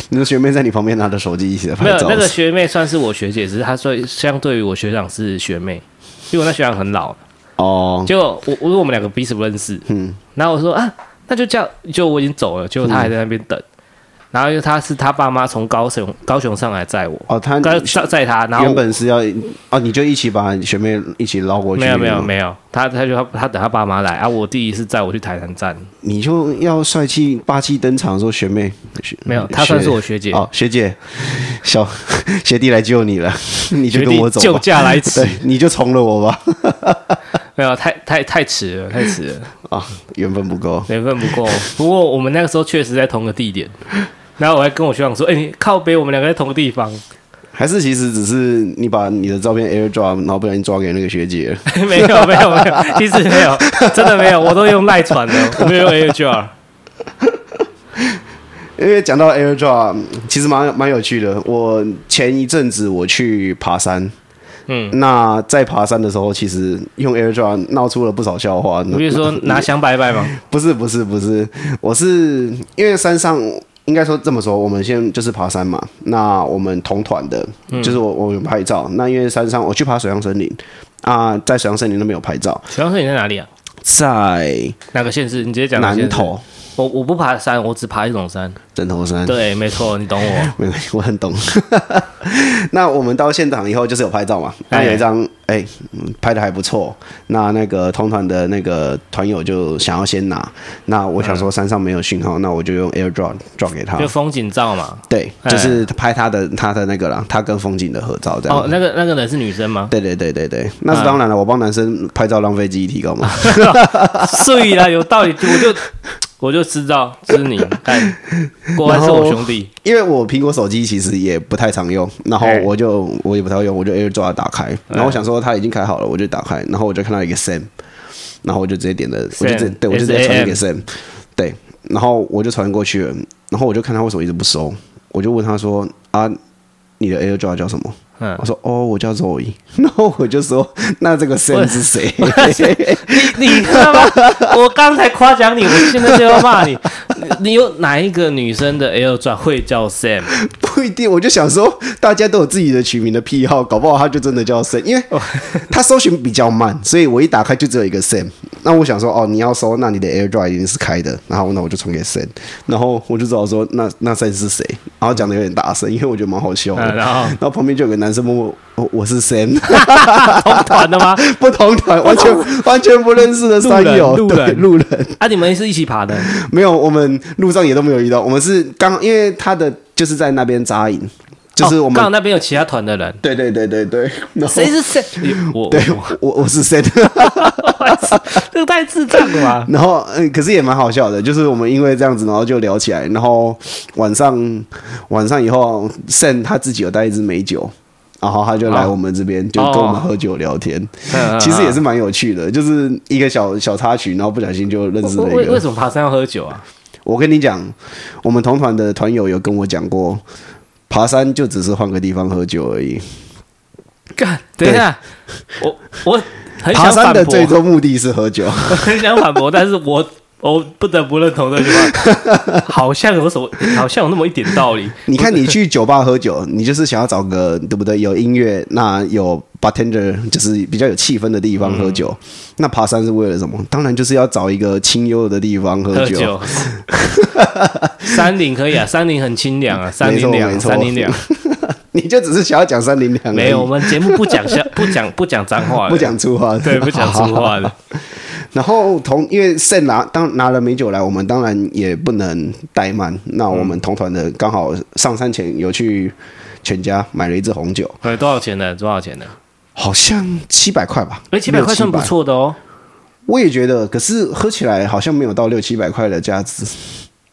Speaker 2: 你的学妹在你旁边拿着手机一起在
Speaker 1: 没
Speaker 2: 拍
Speaker 1: 有
Speaker 2: 照，
Speaker 1: 那个学妹算是我学姐，只是她算相对于我学长是学妹，因为我那学长很老，
Speaker 2: 哦，
Speaker 1: 结果我我我们两个彼此不认识，
Speaker 2: 嗯
Speaker 1: 然后我说啊，那就叫，就我已经走了，结果他还在那边等。然后因为他是他爸妈从高雄高雄上来载我，
Speaker 2: 哦，他
Speaker 1: 刚载载他，然后
Speaker 2: 原本是要哦，你就一起把学妹一起捞过去，
Speaker 1: 没有没有，没有，他他就他他等他爸妈来啊，我弟是载我去台南站，
Speaker 2: 你就要帅气霸气登场说学妹，学
Speaker 1: 没有，他算是我
Speaker 2: 学
Speaker 1: 学姐，
Speaker 2: 哦，学姐，小学弟来救你了， (laughs) 你就
Speaker 1: 学
Speaker 2: 跟
Speaker 1: 弟
Speaker 2: 我走
Speaker 1: 救
Speaker 2: 吧，
Speaker 1: 驾来迟
Speaker 2: 对，，你就从了我吧，
Speaker 1: 没有，太太太迟了，太迟了， (laughs)
Speaker 2: 啊，缘分不够，
Speaker 1: 缘分不够。不过我们那个时候确实在同个地点，然后我还跟我学长说，哎、你靠北，我们两个在同个地方，
Speaker 2: 还是其实只是你把你的照片 AirDrop，然后不小心抓给那个学姐了， (laughs)
Speaker 1: (laughs) 没有没有没有，其实没有，真的没有，我都用赖传的，我没有用 HR。
Speaker 2: 因为讲到 AirDrop，其实蛮蛮有趣的。我前一阵子我去爬山，嗯，那在爬山的时候，其实用 AirDrop 闹出了不少笑话。
Speaker 1: 你比如说拿香拜拜 (laughs) 吗？
Speaker 2: 不是不是不是，我是因为山上应该说这么说，我们先就是爬山嘛。那我们同团的，就是我我有拍照。那因为山上我去爬水上森林啊，在水上森林那边有拍照，
Speaker 1: 小杨说你在哪里啊？
Speaker 2: 在
Speaker 1: 哪个县市？你直接讲哪个县市
Speaker 2: 南。头
Speaker 1: 我我不爬山，我只爬一种山。
Speaker 2: 枕头山。
Speaker 1: 对，没错，你懂我。
Speaker 2: 没关系，我很懂。 (laughs) 那我们到现场以后就是有拍照嘛，那有一张哎、嗯拍的还不错。那那个同团的那个团友就想要先拿，那我想说山上没有讯号，那我就用 AirDrop 抓给他
Speaker 1: 就。风景照嘛。
Speaker 2: 对，
Speaker 1: 哎
Speaker 2: 就是拍他的他的那个啦，他跟风景的合照这样。
Speaker 1: 哦，那个那个人是女生吗？
Speaker 2: 对对对对对，那是当然了，我帮男生拍照浪费记忆体高嘛。
Speaker 1: 所以啦，有道理，我就我就知道是你。看，果然是我兄弟。
Speaker 2: 因为我苹果手机其实也不太常用，然后
Speaker 1: 哎
Speaker 2: 我就我也不太会用，我就 AirDrop 打开，然后我想说它已经开好了，我就打开，然后我就看到一个 Sam，然后我就直接点了，我就直接
Speaker 1: Sam，哎
Speaker 2: 对我就直接传
Speaker 1: SAM
Speaker 2: 给 Sam，对，然后我就传过去了，然后我就看他为什么一直不收，我就问他说啊，你的 AirDrop 叫什么？
Speaker 1: 嗯
Speaker 2: 我，说哦，我叫 Zoe，然 (laughs) 后我就说那这个 Sam 是谁？
Speaker 1: (laughs) 你你知道吗？我刚才夸奖你，我现在就要骂你。你有哪一个女生的 L 转会叫 Sam？
Speaker 2: (laughs) 不一定，我就想说，大家都有自己的取名的癖好，搞不好他就真的叫 Sam，因为他搜寻比较慢，所以我一打开就只有一个 Sam。那我想说，哦，你要搜，那你的 AirDrop 一定是开的，然后那我就传给 Sam，然后我就知道说，那那 Sam 是谁，然后讲的有点大声，因为我觉得蛮好笑的。
Speaker 1: 嗯然后
Speaker 2: 然后旁边就有个男生问我，我我是 Sam， (laughs)
Speaker 1: 同团的吗？
Speaker 2: 不同
Speaker 1: (laughs)
Speaker 2: 团，完全完全不认识的山友，
Speaker 1: 路人路人
Speaker 2: 对路人。
Speaker 1: 啊，你们是一起爬的？
Speaker 2: 没有，我们路上也都没有遇到，我们是刚因为他的就是在那边扎营， (laughs) 就是
Speaker 1: 哦
Speaker 2: 我们、
Speaker 1: 刚好那边有其他团的人。
Speaker 2: 对对对对对，然后
Speaker 1: 谁是 Sam？我
Speaker 2: 对我我是 Sam，
Speaker 1: (laughs) 这个太智障了吧！
Speaker 2: (laughs) 然后嗯，可是也蛮好笑的，就是我们因为这样子，然后就聊起来，然后晚上晚上以后，Sam 他自己有带一支美酒，然后他就来
Speaker 1: 哦
Speaker 2: 我们这边，就跟我们喝酒聊天，
Speaker 1: 嗯
Speaker 2: 其实也是蛮有趣的，就是一个小小插曲，然后不小心就认识了一
Speaker 1: 嗯为为
Speaker 2: 个。
Speaker 1: 什么爬山要喝酒啊？
Speaker 2: 我跟你讲，我们同团的团友有跟我讲过。爬山就只是换个地方喝酒而已，
Speaker 1: 干，等一下，我我很
Speaker 2: 爬
Speaker 1: 想
Speaker 2: 山
Speaker 1: 反
Speaker 2: 的最
Speaker 1: 驳，
Speaker 2: 终目的是喝酒，
Speaker 1: 我 (laughs) 很想反驳，但是我我不得不认同这句话，
Speaker 2: (laughs)
Speaker 1: 好像有什么，好像有那么一点道 (laughs) 理。
Speaker 2: 你看，你去酒吧喝酒， (laughs) 你就是想要找个对不对？有音乐，那有 bartender，就是比较有气氛的地方喝酒。
Speaker 1: 嗯
Speaker 2: 那爬山是为了什么？当然就是要找一个清幽的地方喝
Speaker 1: 喝
Speaker 2: 酒。
Speaker 1: 酒，山林可以啊，山林很清凉啊，山林
Speaker 2: 没
Speaker 1: 凉，
Speaker 2: 错
Speaker 1: 山林凉。
Speaker 2: (laughs) 你就只是想要讲三零两，
Speaker 1: 没有，我，们节目不讲下，不讲不讲脏话的，
Speaker 2: 不讲粗话，
Speaker 1: 对，不讲粗话
Speaker 2: (laughs)
Speaker 1: 的。
Speaker 2: 然后同因为盛拿当拿了美酒来，我们当然也不能怠慢。那我们同团的刚好上山前有去全家买了一支红酒，
Speaker 1: 哎，多少钱的？多少钱的？
Speaker 2: 好像七百块吧，
Speaker 1: 哎，七百
Speaker 2: 六
Speaker 1: 块算不
Speaker 2: 700
Speaker 1: 错的哦，
Speaker 2: 我也觉得，可是喝起来好像没有到六七百块的价值。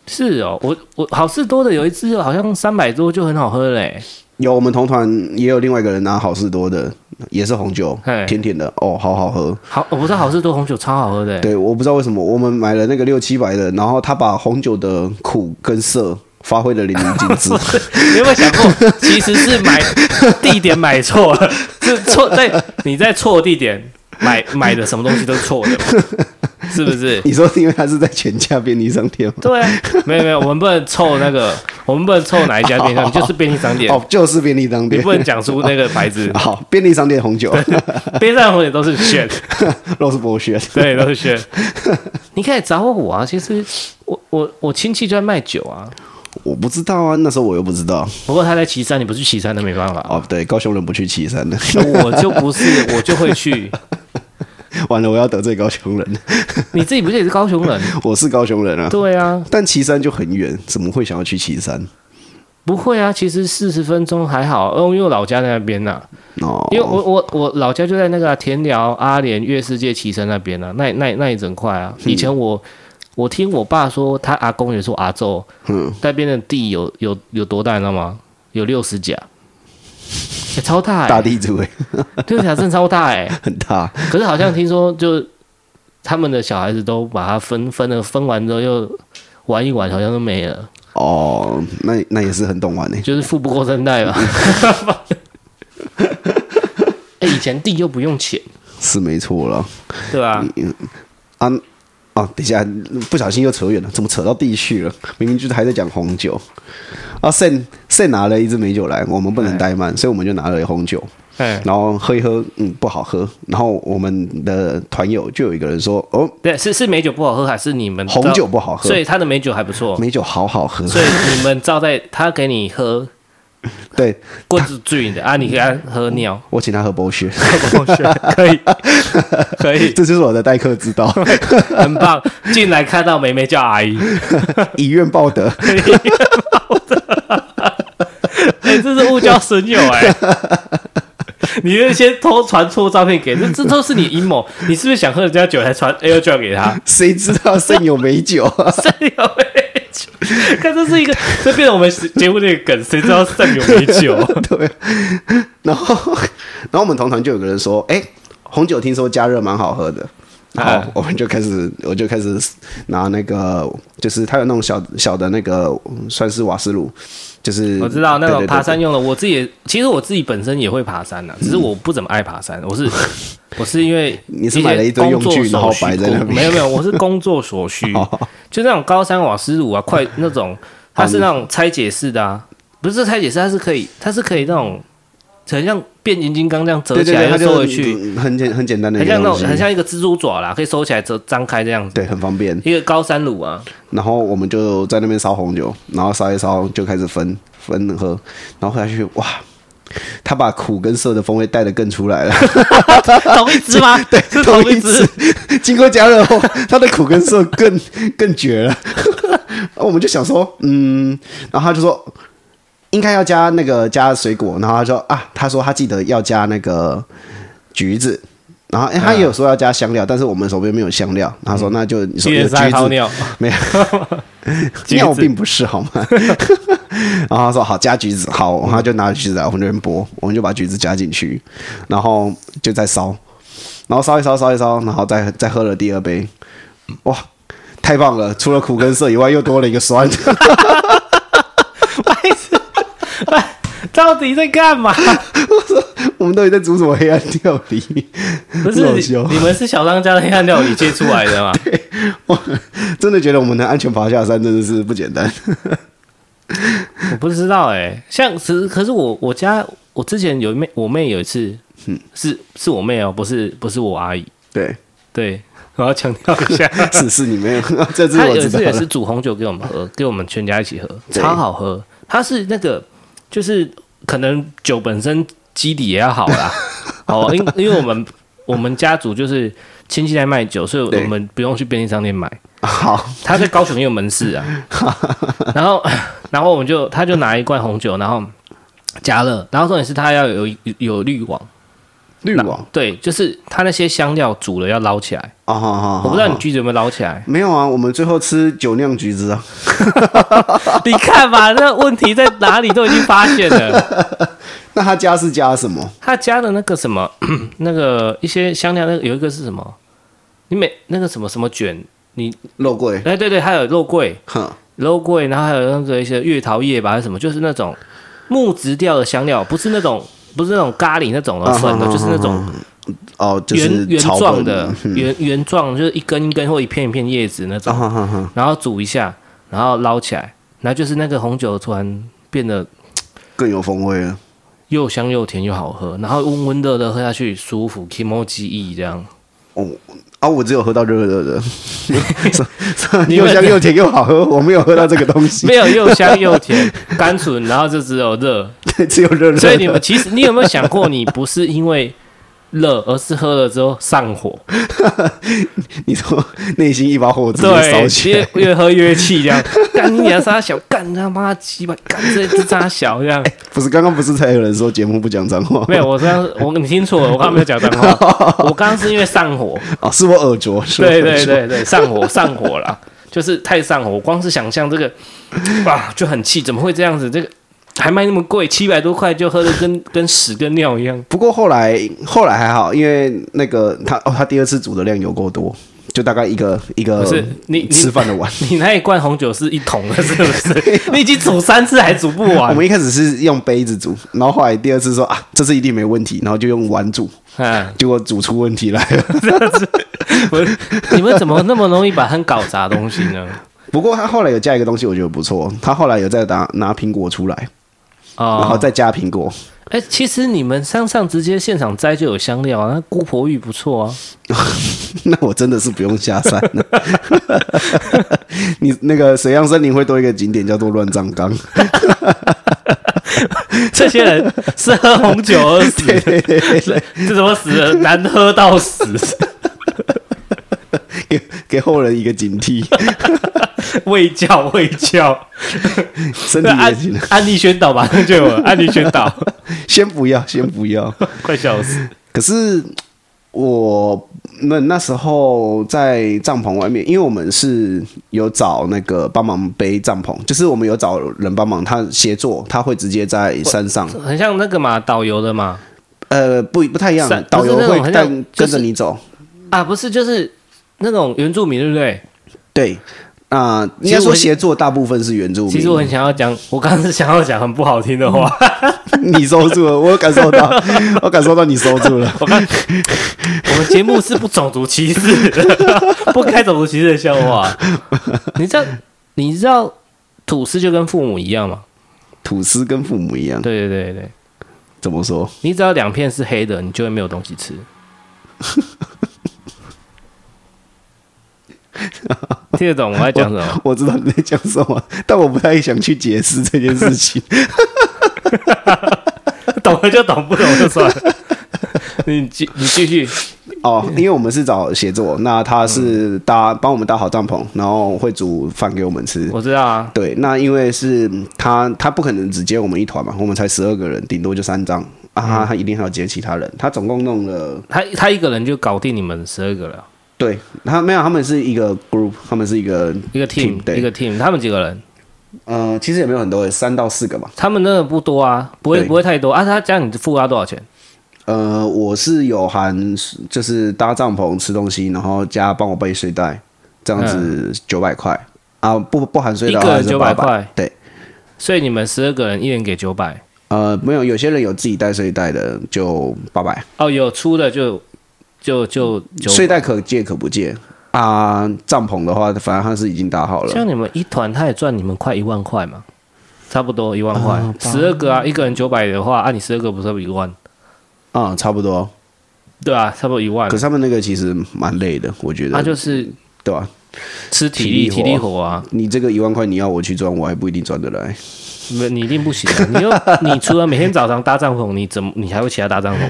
Speaker 1: 是哦，我我好事多的有一支好像三百多就很好喝嘞，
Speaker 2: 有我们同团也有另外一个人拿好事多的，也是红酒
Speaker 1: 嘿，
Speaker 2: 甜甜的哦，好好喝。
Speaker 1: 好，我不知道好事多红酒超好喝的，欸
Speaker 2: 对，我不知道为什么我们买了那个六七百的，然后他把红酒的苦跟涩发挥的淋漓尽致。
Speaker 1: (laughs) 你有没有想过，其实是买地点买错了， (laughs) 是错在你在错地点买买的什么东西都是错的嘛，是不是？
Speaker 2: 你说是因为他是在全家便利商
Speaker 1: (laughs)
Speaker 2: 店吗？
Speaker 1: 对啊，没有没有，我们不能凑那个，我们不能凑哪一家便利
Speaker 2: (laughs)
Speaker 1: 商店，就是便利商店，
Speaker 2: 哦，就是便利商
Speaker 1: 你
Speaker 2: 店。，
Speaker 1: 不能讲出那个牌子
Speaker 2: (laughs) 好，便利商店红酒 (laughs)
Speaker 1: 边上红也都是炫，
Speaker 2: ，Rose b o s h
Speaker 1: (laughs) 对，都是炫。你可以找我啊，其实我我我亲戚就在卖酒啊，
Speaker 2: 我不知道啊，那时候我又不知道。
Speaker 1: 不过他在岐山，你不去岐山那没办法。
Speaker 2: 哦，对，高雄人不去岐山的， (laughs)
Speaker 1: 我就不是， (laughs) 我就会去。
Speaker 2: 完了，我要得罪高雄人。
Speaker 1: 你自己不是也是高雄人？
Speaker 2: 我是高雄人啊，
Speaker 1: 对啊，
Speaker 2: 但岐山就很远，怎么会想要去岐山？
Speaker 1: 不会啊，其实四十分钟还好，哦因为我老家在那边呐、
Speaker 2: 哦，
Speaker 1: 因为我我我老家就在那个啊田寮、阿莲、月世界、岐山那边啊，那那那一整块啊。以前我我听我爸说，他阿公也说阿昼
Speaker 2: 嗯，
Speaker 1: 那边的地有有有多大，你知道吗？有六十甲、欸超大
Speaker 2: 大
Speaker 1: 哎、
Speaker 2: 地主哎，
Speaker 1: 六十甲真的超大哎、
Speaker 2: 很大，
Speaker 1: 可是好像听说就他们的小孩子都把它分分了，分完之后又玩一玩，好像都没了，
Speaker 2: 哦，那那也是很懂玩呢。
Speaker 1: 就是富不过三代嘛。哎、以前地又不用钱，
Speaker 2: 是没错了
Speaker 1: 对吧、
Speaker 2: 啊啊！等一下，不小心又扯远了，怎么扯到地去了？明明就是还在讲红酒啊。Sen Sen 拿了一支美酒来，我们不能怠慢，所以我们就拿了红酒，
Speaker 1: 哎、
Speaker 2: 然后喝一喝，嗯，不好喝。然后我们的团友就有一个人说，哦，
Speaker 1: 对，是是美酒不好喝，还是你们
Speaker 2: 红
Speaker 1: 照
Speaker 2: 酒不好喝
Speaker 1: 所，以他的美酒还不错，
Speaker 2: 美酒好好喝。
Speaker 1: 所以你们照在他给你喝
Speaker 2: 对
Speaker 1: 棍子醉的啊，你给他喝尿，
Speaker 2: 我请他喝 bullshit，
Speaker 1: (laughs) 可以可以，
Speaker 2: 这就是我的待客
Speaker 1: (laughs)
Speaker 2: 之道，
Speaker 1: 很
Speaker 2: (laughs)
Speaker 1: 棒。进来看到梅梅叫阿姨，
Speaker 2: 以怨报德。
Speaker 1: (laughs) 哎、这是误交损友哎、你那些偷传错照片给，这这都是你阴谋。你是不是想喝人家酒才传 A O 酒给
Speaker 2: (laughs)
Speaker 1: 他？
Speaker 2: 谁知道剩有美酒 (laughs) 啊？
Speaker 1: 肾有美酒，看这是一个，这变成我们节目那个梗，谁知道肾有美酒？
Speaker 2: 对。然后，然后我们同团就有个人说：“哎、红酒听说加热蛮好喝的。”然后
Speaker 1: (laughs) 啊
Speaker 2: 我们就开始，我就开始拿那个，就是它有那种小小的那个，嗯算是瓦斯炉，就是
Speaker 1: 我知道那
Speaker 2: 对
Speaker 1: 种
Speaker 2: 对对嗯
Speaker 1: 爬山用的，我自己也其实我自己本身也会爬山啊呐、只是我不怎么爱爬山。
Speaker 2: (laughs)
Speaker 1: 我是我是因为
Speaker 2: 你是买了一堆
Speaker 1: 些
Speaker 2: 用具
Speaker 1: 工作
Speaker 2: 然后
Speaker 1: 所需
Speaker 2: 摆在那边哦
Speaker 1: 没有没有，我是工作所需，
Speaker 2: (laughs)
Speaker 1: 就那种高山瓦斯炉啊，快那种，它是那种拆解式的啊，不是拆解式，它是可以，它是可以那种，很像变形金刚这样折
Speaker 2: 对
Speaker 1: 起
Speaker 2: 对
Speaker 1: 来
Speaker 2: 对，它
Speaker 1: 又
Speaker 2: 就
Speaker 1: 收回去，
Speaker 2: 嗯很简很简单的一
Speaker 1: 很
Speaker 2: 个
Speaker 1: 像那
Speaker 2: 东
Speaker 1: 种
Speaker 2: 西，
Speaker 1: 很像一个蜘蛛爪啦，可以收起来折张开这样子，
Speaker 2: 对，很方便。
Speaker 1: 一个高山炉啊， (laughs)
Speaker 2: 然后我们就在那边烧红酒，然后烧一烧就开始分分喝，然后喝下去，哇，他把苦跟涩的风味带得更出来了。
Speaker 1: 同一只
Speaker 2: (laughs)
Speaker 1: 吗？对， (laughs) 是同一只。
Speaker 2: 只，经过加热后，它的苦跟涩更 (laughs) 更绝了。啊我们就想说，嗯，然后他就说应该要加那个加水果，然后他说啊，他说他记得要加那个橘子。然后，哎、他也有说要加香料，但是我们手边没有香料。他
Speaker 1: 嗯
Speaker 2: 说，那就你说
Speaker 1: 一
Speaker 2: 有
Speaker 1: 人
Speaker 2: 橘
Speaker 1: 三泡
Speaker 2: 子，
Speaker 1: 尿，
Speaker 2: (laughs)
Speaker 1: (laughs)
Speaker 2: 没有，
Speaker 1: 橘
Speaker 2: 尿
Speaker 1: 子
Speaker 2: 并不是好吗？ (laughs) 然后他说好加橘子，好，他就拿橘子来我们这边剥，我们就把橘子加进去，然后就再烧，然后烧一烧，烧一烧，然后再再喝了第二杯，哇，太棒了！除了苦跟涩以外，又多了一个酸。
Speaker 1: 白痴，白到底在干
Speaker 2: (laughs)
Speaker 1: 嘛？
Speaker 2: (laughs) 我们到底在煮什么黑暗料理？
Speaker 1: 不是
Speaker 2: 老兄
Speaker 1: 你们是小当家的黑暗料理接出来的
Speaker 2: (laughs)
Speaker 1: 吗？
Speaker 2: 我真的觉得我们能安全爬下山，真的是不简单。
Speaker 1: 我不知道哎、像是可是我我家我之前有一妹，我妹有一次，
Speaker 2: 嗯
Speaker 1: 是是我妹哦、不是不是我阿姨， (laughs)
Speaker 2: 对，
Speaker 1: 对，我要强调一下，
Speaker 2: (laughs) 是是你没有，这次
Speaker 1: 她
Speaker 2: 我
Speaker 1: 有一
Speaker 2: 知道
Speaker 1: 次也是
Speaker 2: 了。
Speaker 1: 煮红酒给我们喝，给我们全家一起喝，
Speaker 2: 对
Speaker 1: 超好喝。它是那个就是可能酒本身基底也要好
Speaker 2: (laughs)
Speaker 1: 啦，哦，因因为我们我们家族就是亲戚在卖酒，所以
Speaker 2: 对
Speaker 1: 我们不用去便利商店买。
Speaker 2: 好，
Speaker 1: 他在高雄也有门市
Speaker 2: (laughs)
Speaker 1: 啊，然后然后我们就他就拿一罐红酒，然后加热，然后重点是他要有有滤网，
Speaker 2: 滤网
Speaker 1: 对，就是他那些香料煮了要捞起来，
Speaker 2: 啊，好好好，
Speaker 1: 我不知道你
Speaker 2: 好，
Speaker 1: 橘子有没有捞起来
Speaker 2: 没有啊？我们最后吃酒酿橘子啊，
Speaker 1: (laughs) 你看吧，那问题在哪里都已经发现
Speaker 2: (laughs)
Speaker 1: 了，
Speaker 2: 那他加是加什么？
Speaker 1: 他加的那个什么 (clears throat) 那个一些香料，那个有一个是什么？你每那个什么什么卷，你
Speaker 2: 肉桂，
Speaker 1: 哎对对，还有肉桂，
Speaker 2: 哼，
Speaker 1: 肉桂，然后还有那个一些月桃叶吧，还是什么，就是那种木质调的香料，不是那种不是那种咖喱那种的粉的，
Speaker 2: 啊
Speaker 1: 就是那种
Speaker 2: 哦，就
Speaker 1: 圆
Speaker 2: 是
Speaker 1: 圆
Speaker 2: 草
Speaker 1: 状
Speaker 2: 本嗯
Speaker 1: 的，圆圆状，就是一根一根或一片一片叶子那
Speaker 2: 啊
Speaker 1: 种，
Speaker 2: 哈哈哈，
Speaker 1: 然后煮一下，然后捞起来，然后就是那个红酒突然变得
Speaker 2: 更有风味了。
Speaker 1: 又香又甜又好喝，然后温温热热喝下去舒服 k i m o j i 这 (laughs) 样。
Speaker 2: 哦啊，我只有喝到热热
Speaker 1: (laughs)
Speaker 2: 的，
Speaker 1: 你
Speaker 2: 又
Speaker 1: 们
Speaker 2: 香又甜又好喝，我没有喝到这个东西，
Speaker 1: 没有又香又甜，甘醇，然后就只有 (laughs) 热，
Speaker 2: (laughs) 对，只有热热的。
Speaker 1: 所以你们其实，你有没有想过，你不是因为热，而是喝了之后上火？
Speaker 2: (laughs) 你说内心一把火直接
Speaker 1: (laughs)
Speaker 2: 烧
Speaker 1: 对，
Speaker 2: 起来
Speaker 1: 越，越喝越气，这 (laughs) 样干你娘杀小，干他妈鸡巴，干这这杀小这 (laughs) 样。
Speaker 2: 不是刚刚不是才有人说节目不讲脏话？
Speaker 1: 没哎有，我刚刚我你听错了，我刚刚没有讲脏 (laughs) 话，我刚刚是因为上火，
Speaker 2: (laughs) 哦，是我耳拙，是我
Speaker 1: 对
Speaker 2: 耳
Speaker 1: 对
Speaker 2: 拙，
Speaker 1: 对对，上火上火啦，就是太上火，我光是想象这个，哇，就很气，怎么会这样子？这个还卖那么贵，七百多块就喝的跟跟屎跟尿一样。
Speaker 2: 不过后来后来还好，因为那个他哦，他第二次煮的量有够多，就大概一个一个
Speaker 1: 不是你你
Speaker 2: 吃饭的碗。
Speaker 1: 你那一罐红酒是一桶的，是不是？
Speaker 2: (laughs)
Speaker 1: 你已经煮三次还煮不
Speaker 2: 我
Speaker 1: 完。
Speaker 2: 们一开始是用杯子煮，然后后来第二次说啊，这次一定没问题，然后就用碗煮，
Speaker 1: 嗯，
Speaker 2: 结果煮出问题来了。
Speaker 1: 不是，你们怎么那么容易把它搞砸东西
Speaker 2: (laughs)
Speaker 1: 呢？
Speaker 2: 不过他后来有加一个东西，我觉得不错，他后来有再拿拿苹果出来，然后
Speaker 1: 哦，
Speaker 2: 再加苹果。 (laughs)
Speaker 1: 哎、其实你们山上直接现场摘就有香料啊，那姑婆芋不错啊。
Speaker 2: 那我真的是不用下山了。 (laughs) 你那个水漾森林会多一个景点叫做乱葬岗，
Speaker 1: 这些人是喝红酒而
Speaker 2: (laughs)
Speaker 1: 死的， (laughs) 这怎么死的？难喝到死，
Speaker 2: 给给后人一个警惕，
Speaker 1: 喂教喂教。
Speaker 2: 身体
Speaker 1: 那啊
Speaker 2: 也
Speaker 1: 安
Speaker 2: 行。
Speaker 1: 安利宣导马上就有了安利宣
Speaker 2: (laughs)
Speaker 1: 导，
Speaker 2: 先不要，先不要。
Speaker 1: 快笑死。
Speaker 2: 可是我们那时候在帐篷外面，因为我们是有找那个帮忙背帐篷，就是我们有找人帮忙，他协作，他会直接在山上，
Speaker 1: 很像那个嘛，导游的嘛，
Speaker 2: 呃，不不太一样
Speaker 1: 山，
Speaker 2: 导游
Speaker 1: 不是那种
Speaker 2: 会
Speaker 1: 很
Speaker 2: 带
Speaker 1: 像就
Speaker 2: 跟
Speaker 1: 是
Speaker 2: 着你走，
Speaker 1: 啊，不是，就是那种原住民，对不对？
Speaker 2: 对。啊、应
Speaker 1: 其
Speaker 2: 该
Speaker 1: 实我
Speaker 2: 说协作大部分是原住民。
Speaker 1: 其实我很想要讲，我刚刚是想要讲很不好听的话，
Speaker 2: (laughs) 你收住了，我感受到， (laughs) 我感受到你收住了。
Speaker 1: 我看
Speaker 2: 嗯
Speaker 1: (laughs) 我们节目是不种族歧视的， (laughs) 不开种族歧视的笑
Speaker 2: (laughs)
Speaker 1: 话。你知道，你知道土司就跟父母一样吗？
Speaker 2: 吐司跟父母一样，
Speaker 1: 对对对对，
Speaker 2: 怎么说？
Speaker 1: 你只要两片是黑的，你就会没有东西吃。听得懂我在讲什 (laughs) 么？
Speaker 2: 我知道你在讲什么，但我不太想去解释这件事情。
Speaker 1: 懂了就懂，不懂就算了。 (laughs) 你继你继续，
Speaker 2: 哦，因为我们是找协作，那他是搭帮我们搭好帐篷，然后会煮饭给我们吃。
Speaker 1: 我知道啊。
Speaker 2: 对，那因为是他，他不可能只接我们一团嘛，我们才十二个人，顶多就三张啊，
Speaker 1: 嗯
Speaker 2: 他他一定还要接其他人。他总共弄了，
Speaker 1: 他他一个人就搞定你们十二个了，
Speaker 2: 对他没有，他们是一个 group，他们是一个
Speaker 1: 一个 team，
Speaker 2: 对
Speaker 1: 一个 team，他们几个人？
Speaker 2: 呃，其实也没有很多，三到四个吧。
Speaker 1: 他们真的不多啊，不会
Speaker 2: 对
Speaker 1: 不会太多啊。他这样你付他多少钱？
Speaker 2: 呃，我是有含就是搭帐篷、吃东西，然后加帮我背睡袋，这样子九百块啊，不不含睡
Speaker 1: 嗯一
Speaker 2: 袋
Speaker 1: 个
Speaker 2: 还
Speaker 1: 人
Speaker 2: 是
Speaker 1: 九
Speaker 2: 800
Speaker 1: 百块，
Speaker 2: 对，
Speaker 1: 所以你们十二个人一人给九百，
Speaker 2: 呃，没有，有些人有自己带睡袋的，就八百，
Speaker 1: 哦，有出的就就就就
Speaker 2: 睡袋可借可不借啊。帐篷的话，反正它是已经搭好了，
Speaker 1: 像你们一团，他也赚你们快一万块嘛，差不多一万块
Speaker 2: 啊，
Speaker 1: 十二个啊，一个人九百的话，按你十二个不是一万？
Speaker 2: 啊、差不多。
Speaker 1: 对啊，差不多一万
Speaker 2: 可。是他们那个其实蛮累的，我觉得，
Speaker 1: 他啊就是
Speaker 2: 对吧、
Speaker 1: 吃体力体
Speaker 2: 体
Speaker 1: 力
Speaker 2: 力活
Speaker 1: 活啊，
Speaker 2: 你这个一万块你要我去赚，我还不一定赚得来。
Speaker 1: 你你一定不行啊！你又 (laughs) 你除了每天早上搭帐篷，你怎么你还会其他搭帐篷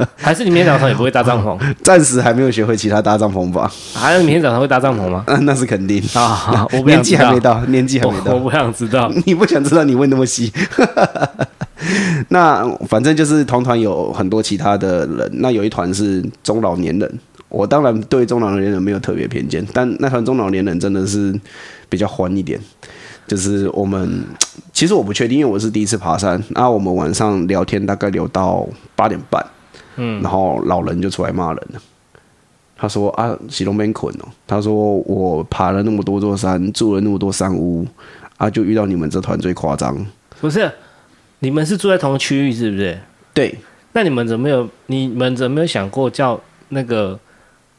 Speaker 1: 吗？还是你明天早上也不会搭帐篷？
Speaker 2: (laughs) 暂时还没有学会其他搭帐篷法，
Speaker 1: 还是你明天早上会搭帐篷吗？
Speaker 2: 啊、那是肯定。
Speaker 1: 啊， (laughs) 我不想
Speaker 2: 年
Speaker 1: 知
Speaker 2: 纪还
Speaker 1: 道
Speaker 2: 没，到，年纪还没
Speaker 1: (laughs) 我我
Speaker 2: 到，
Speaker 1: 不想知道。
Speaker 2: (laughs) 你不想知道，你问那么细。那反正就是同团有很多其他的人，那有一团是中老年人。我当然对中老年人没有特别偏见，但那团中老年人真的是比较欢一点。就是我们其实我不确定，因为我是第一次爬山。那我们晚上聊天大概聊到八点半，嗯，然后老人就出来骂人了。他说啊，喜龙边捆哦。他说我爬了那么多座山，住了那么多山屋，啊，就遇到你们这团最夸张。
Speaker 1: 不是，你们是住在同个区域是不是？
Speaker 2: 对，
Speaker 1: 那你们怎么没有？你们怎么没有想过叫那个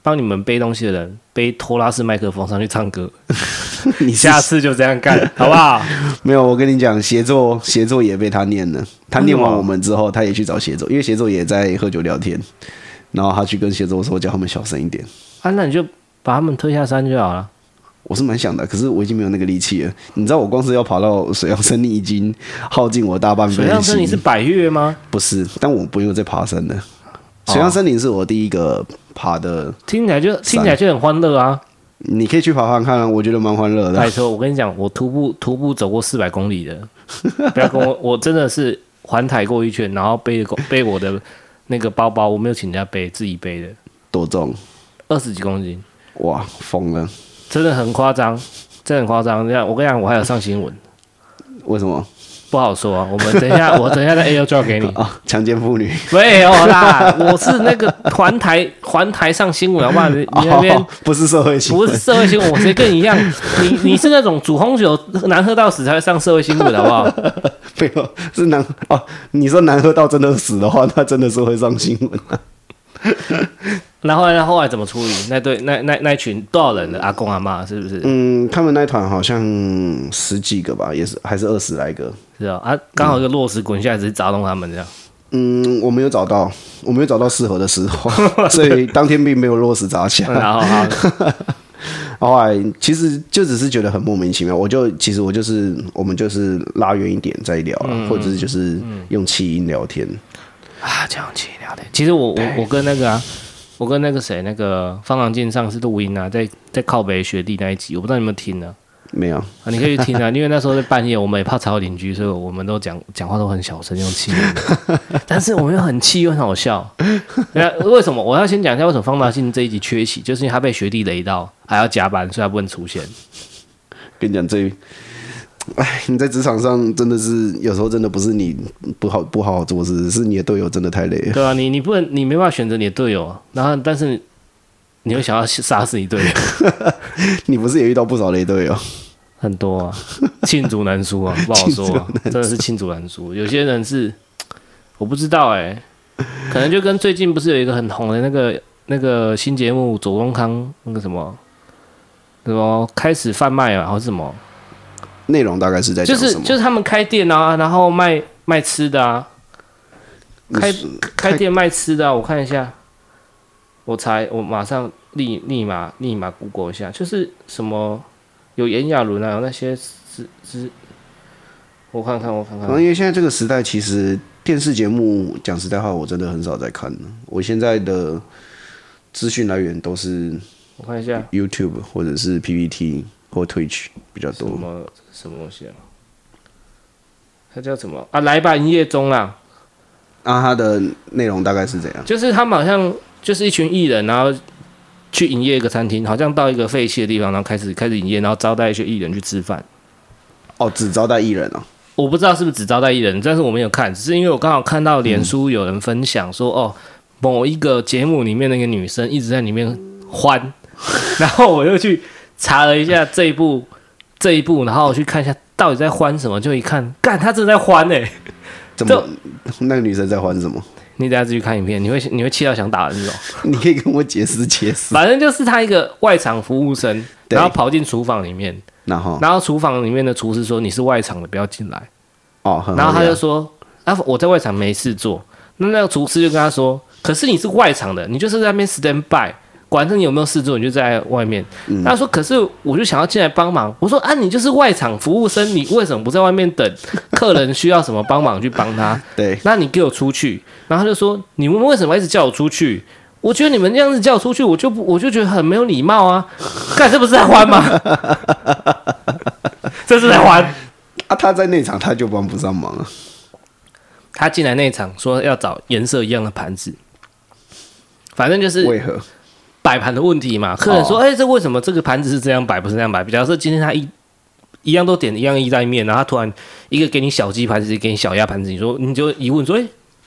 Speaker 1: 帮你们背东西的人背拖拉式麦克风上去唱歌？
Speaker 2: (laughs) 你是
Speaker 1: (laughs) 下次就这样 (laughs) 干，好不好？
Speaker 2: 没有，我跟你讲，协作协作也被他念了。他念
Speaker 1: 为什
Speaker 2: 完
Speaker 1: 么
Speaker 2: 我们之后，他也去找协作，因为协作也在喝酒聊天。然后他去跟协作说，叫他们小声一点。
Speaker 1: 啊，那你就把他们推下山就好了。
Speaker 2: 我是蛮想的，可是我已经没有那个力气了。你知道，我光是要跑到水上森林已经耗尽我大半
Speaker 1: 水
Speaker 2: 辈
Speaker 1: 上
Speaker 2: 子。
Speaker 1: 森林是百越吗？
Speaker 2: 不是？但我不用再爬山了。
Speaker 1: 哦
Speaker 2: 水上森林是我第一个爬的，
Speaker 1: 听起来就听起来就很欢乐 (laughs) 啊！
Speaker 2: 你可以去爬爬看啊，我觉得蛮欢乐的
Speaker 1: 拜。托，我跟你讲，我徒步徒步走过四百公里的，不要跟我， (laughs) 我真的是环台过一圈，然后背着背我的那个包包，我没有请人家背，自己背的，
Speaker 2: 多重？
Speaker 1: 二十几公斤，
Speaker 2: 哇，疯了！
Speaker 1: 真的很夸张，真的很夸张。这样，我跟你讲，我还有上新闻。
Speaker 2: 为什么
Speaker 1: 不好说、啊，我们等一 (laughs) 下，我等一下再 AirDrop 给你。
Speaker 2: 啊？强奸妇女？
Speaker 1: (laughs) 没有啦，我是那个环台环台上新闻，好不好？你你那边
Speaker 2: 哦、不是社会新
Speaker 1: 不
Speaker 2: 闻
Speaker 1: 是社会新闻，我谁跟你一 (laughs) 样？你你是那种煮红酒难喝到死才会上社会新闻，好不 (laughs) 好？
Speaker 2: 没有，是南哦。你说南河道真的死的话，那真的是会上新闻、 (laughs) 啊。
Speaker 1: 然后呢，后来怎么处理？那对那那那一群多少人的阿公阿妈是不是？
Speaker 2: 嗯，他们那一团好像十几个吧，也是还是二十来个。
Speaker 1: 是啊，啊，刚好一个落石滚下来，只是砸中他们 (laughs) 这样。
Speaker 2: 嗯，我没有找到，我没有找到适合的石
Speaker 1: (laughs)
Speaker 2: 头，所以当天并没有落实砸起来。
Speaker 1: 然后好，
Speaker 2: 后来其实就只是觉得很莫名其妙，我就其实我就是我们就是拉远一点再聊啦，
Speaker 1: 嗯
Speaker 2: 或者是就是用气音聊天。
Speaker 1: 啊，这样奇聊的。其实我我我跟那个啊，我跟那个谁，那个方朗进上次录音啊，在在靠北学弟那一集，我不知道你有没有听呢、
Speaker 2: 没有，
Speaker 1: 啊，你可以去听啊，因为那时候在半夜，我们也怕吵到邻居，所以我们都讲讲话都很小声，用气音的。但是我们又很气又很好笑。那为什么我要先讲一下为什么方大信这一集缺席，就是因为他被学弟雷到，还要加班，所以他不能出现。
Speaker 2: 跟你讲这，哎，你在职场上真的是有时候真的不是你不好不好好做事，是你的队友真的太累 (laughs) 了。
Speaker 1: 对啊，你你不能，你没办法选择你的队友啊，然后但是你又想要杀死你队友，
Speaker 2: 你不是也遇到不少雷队友？
Speaker 1: 很多啊，罄竹难书
Speaker 2: (laughs)
Speaker 1: 啊，不好说、啊
Speaker 2: 罄竹难，书
Speaker 1: 真的是罄竹难书。有些人是我不知道哎、可能就跟最近不是有一个很红的那个那个新节目左宗康那个什么什么开始贩卖啊，还是什么，
Speaker 2: 内容大概是在
Speaker 1: 就
Speaker 2: 讲
Speaker 1: 是
Speaker 2: 什么？
Speaker 1: 就是他们开店啊，然后卖卖吃的啊，开开店卖吃的啊、我看一下，我才我马上立立马立马 Google 一下，就是什么有炎亚纶啊，有那些之之，我看看我看
Speaker 2: 然后
Speaker 1: 看，
Speaker 2: 啊因为现在这个时代，其实电视节目讲实在话，我真的很少在看了。我现在的资讯来源都是
Speaker 1: 我看一下
Speaker 2: YouTube 或者是 PPT 或 Twitch 比较
Speaker 1: 什
Speaker 2: 多。
Speaker 1: 么什么东西啊？它叫什么啊？来吧，营业中啊啦，
Speaker 2: 那啊它的内容大概是怎样？
Speaker 1: 就是他们好像就是一群艺人，然后去营业一个餐厅，好像到一个废弃的地方，然后开始开始营业，然后招待一些艺人去吃饭。
Speaker 2: 哦，只招待艺人哦。
Speaker 1: 我不知道是不是只招待艺人，但是我没有看，只是因为我刚好看到脸书有人分享说，哦，某一个节目里面那个女生一直在里面欢，然后我又去查了一下这一部 (laughs) 这一部，然后我去看一下到底在欢什么，就一看，干，她真的在欢哎、
Speaker 2: 怎么那个女生在还什么？ (laughs)
Speaker 1: 你等下自己看影片，你会你会气到想打人那种。
Speaker 2: 你可以跟我解释解释。
Speaker 1: 反正就是他一个外场服务生，
Speaker 2: 对哦
Speaker 1: 然后跑进厨房里面，
Speaker 2: 然后
Speaker 1: 然后厨房里面的厨师说你是外场的，不要进来。
Speaker 2: 哦，很
Speaker 1: 然后
Speaker 2: 好
Speaker 1: 他就
Speaker 2: 呀
Speaker 1: 说啊，我在外场没事做。那那个厨师就跟他说，可是你是外场的，你就是在那边 stand by，管着你有没有事做，你就在外面。
Speaker 2: 嗯
Speaker 1: 他说，可是我就想要进来帮忙。我说啊，你就是外场服务生，你为什么不在外面等客人需要什么帮忙去帮他？
Speaker 2: 对，
Speaker 1: 那你给我出去。然后他就说：“你们为什么一直叫我出去？我觉得你们这样子叫我出去，我就不我就觉得很没有礼貌啊！ (laughs) 干，这不是在欢吗？ (laughs) 这是在欢。
Speaker 2: 啊，他在那场他就帮不上忙了。
Speaker 1: 他进来那一场说要找颜色一样的盘子，反正就是
Speaker 2: 为何？
Speaker 1: 摆盘的问题嘛。客人说：“
Speaker 2: 哦
Speaker 1: 哎、这为什么这个盘子是这样摆，不是那样摆？”假如说今天他一一样都点一样意大利面，然后他突然一个给你小鸡盘子，一个给你小鸭盘子，你说你就疑问说：“哎、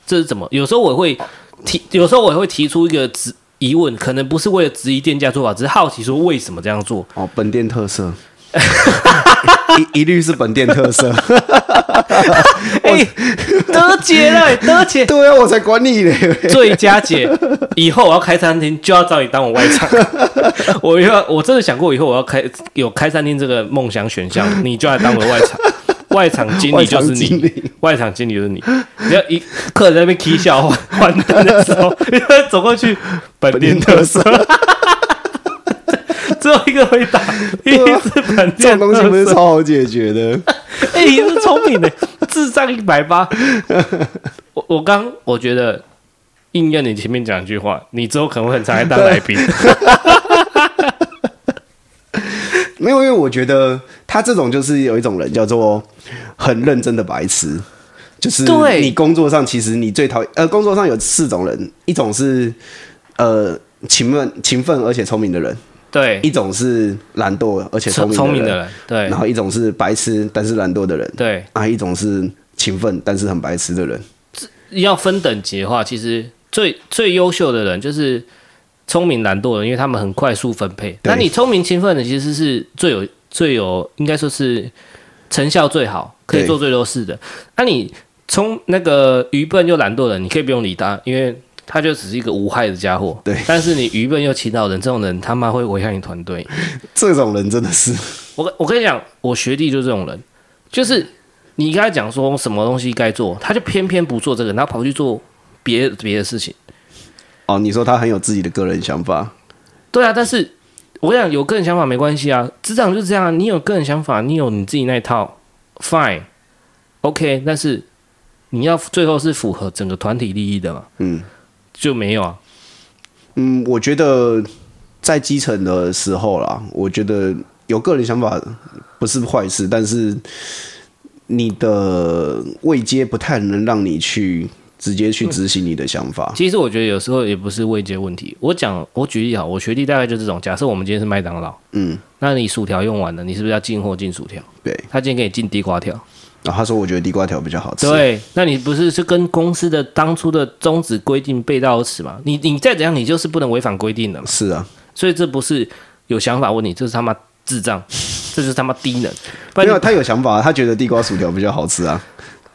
Speaker 1: 这是怎么？”有时候我会提，有时候我会提出一个质疑问，可能不是为了质疑店家做法，只是好奇说为什么这样做。
Speaker 2: 哦，本店
Speaker 1: (laughs)
Speaker 2: 特色，一一律是本店特色。
Speaker 1: 哎、得解了、得解，
Speaker 2: 对啊，我才管你嘞。
Speaker 1: (laughs) 最佳姐，以后我要开餐厅就要找你当我外场。我要，我真的想过以后我要开有开餐厅这个梦想选项，你就来当我的外场。外场经理就是
Speaker 2: 外场经
Speaker 1: 你
Speaker 2: 理，
Speaker 1: 外场经理就是你。你要一客人在那边 k 笑话完蛋的时候，你要走过去，本店特色。最后一个回答，一定是本
Speaker 2: 这
Speaker 1: 店
Speaker 2: 种东西不
Speaker 1: 特
Speaker 2: 是
Speaker 1: 色。
Speaker 2: 超好解决的。
Speaker 1: 哎、你是聪明的，智障一百八。我我刚我觉得应验你前面讲一句话，你之后可能会很常来当来宾。
Speaker 2: 没有，因为我觉得他这种就是有一种人叫做很认真的白痴，就是
Speaker 1: 对
Speaker 2: 你工作上其实你最讨呃，工作上有四种人，一种是呃勤奋勤奋而且聪明的人，
Speaker 1: 对，
Speaker 2: 一种是懒惰而且聪
Speaker 1: 聪
Speaker 2: 明
Speaker 1: 聪明
Speaker 2: 的
Speaker 1: 的
Speaker 2: 人，
Speaker 1: 人，对
Speaker 2: 然后一种是白痴但是懒惰的人，
Speaker 1: 对，
Speaker 2: 啊，一种是勤奋但是很白痴的人，
Speaker 1: 要分等级的话，其实最最优秀的人就是聪明懒惰的人，因为他们很快速分配。那你聪明勤奋的其实是最有最有，应该说是成效最好，可以
Speaker 2: 对
Speaker 1: 做最多事的。那你聪那个愚笨又懒惰的人，你可以不用理他，因为他就只是一个无害的家伙。
Speaker 2: 对
Speaker 1: 但是你愚笨又勤劳的人，这种人他妈会危害你团队。
Speaker 2: 这种人真的是
Speaker 1: 我跟我跟你讲，我学弟就是这种人，就是你跟他讲说什么东西该做，他就偏偏不做这个，然后跑去做别别的事情。
Speaker 2: 哦，你说他很有自己的个人想法，
Speaker 1: 对啊，但是我想有个人想法没关系啊，职场就是这样啊，你有个人想法，你有你自己那一套，fine，OK，、但是你要最后是符合整个团体利益的嘛，
Speaker 2: 嗯。
Speaker 1: 就没有啊。
Speaker 2: 嗯，我觉得在基层的时候啦，我觉得有个人想法不是坏事，但是你的位阶不太能让你去直接去执行你的想法。
Speaker 1: 其实我觉得有时候也不是位阶问题，我讲我举例啊，我学弟大概就这种，假设我们今天是麦当劳，
Speaker 2: 嗯，
Speaker 1: 那你薯条用完了，你是不是要进货进薯条？
Speaker 2: 对。
Speaker 1: 他今天给你进地瓜条。
Speaker 2: 然啊后他说：“我觉得地瓜条比较好吃。”，
Speaker 1: 对，那你不是是跟公司的当初的宗旨规定背道而驰嘛？你你再怎样，你就是不能违反规定的嘛。
Speaker 2: 是啊，
Speaker 1: 所以这不是有想法问你，这是他妈智障，这就是他妈低能。不
Speaker 2: 没
Speaker 1: 然
Speaker 2: 有
Speaker 1: 你
Speaker 2: 他有想法，他觉得地瓜薯条比较好吃啊，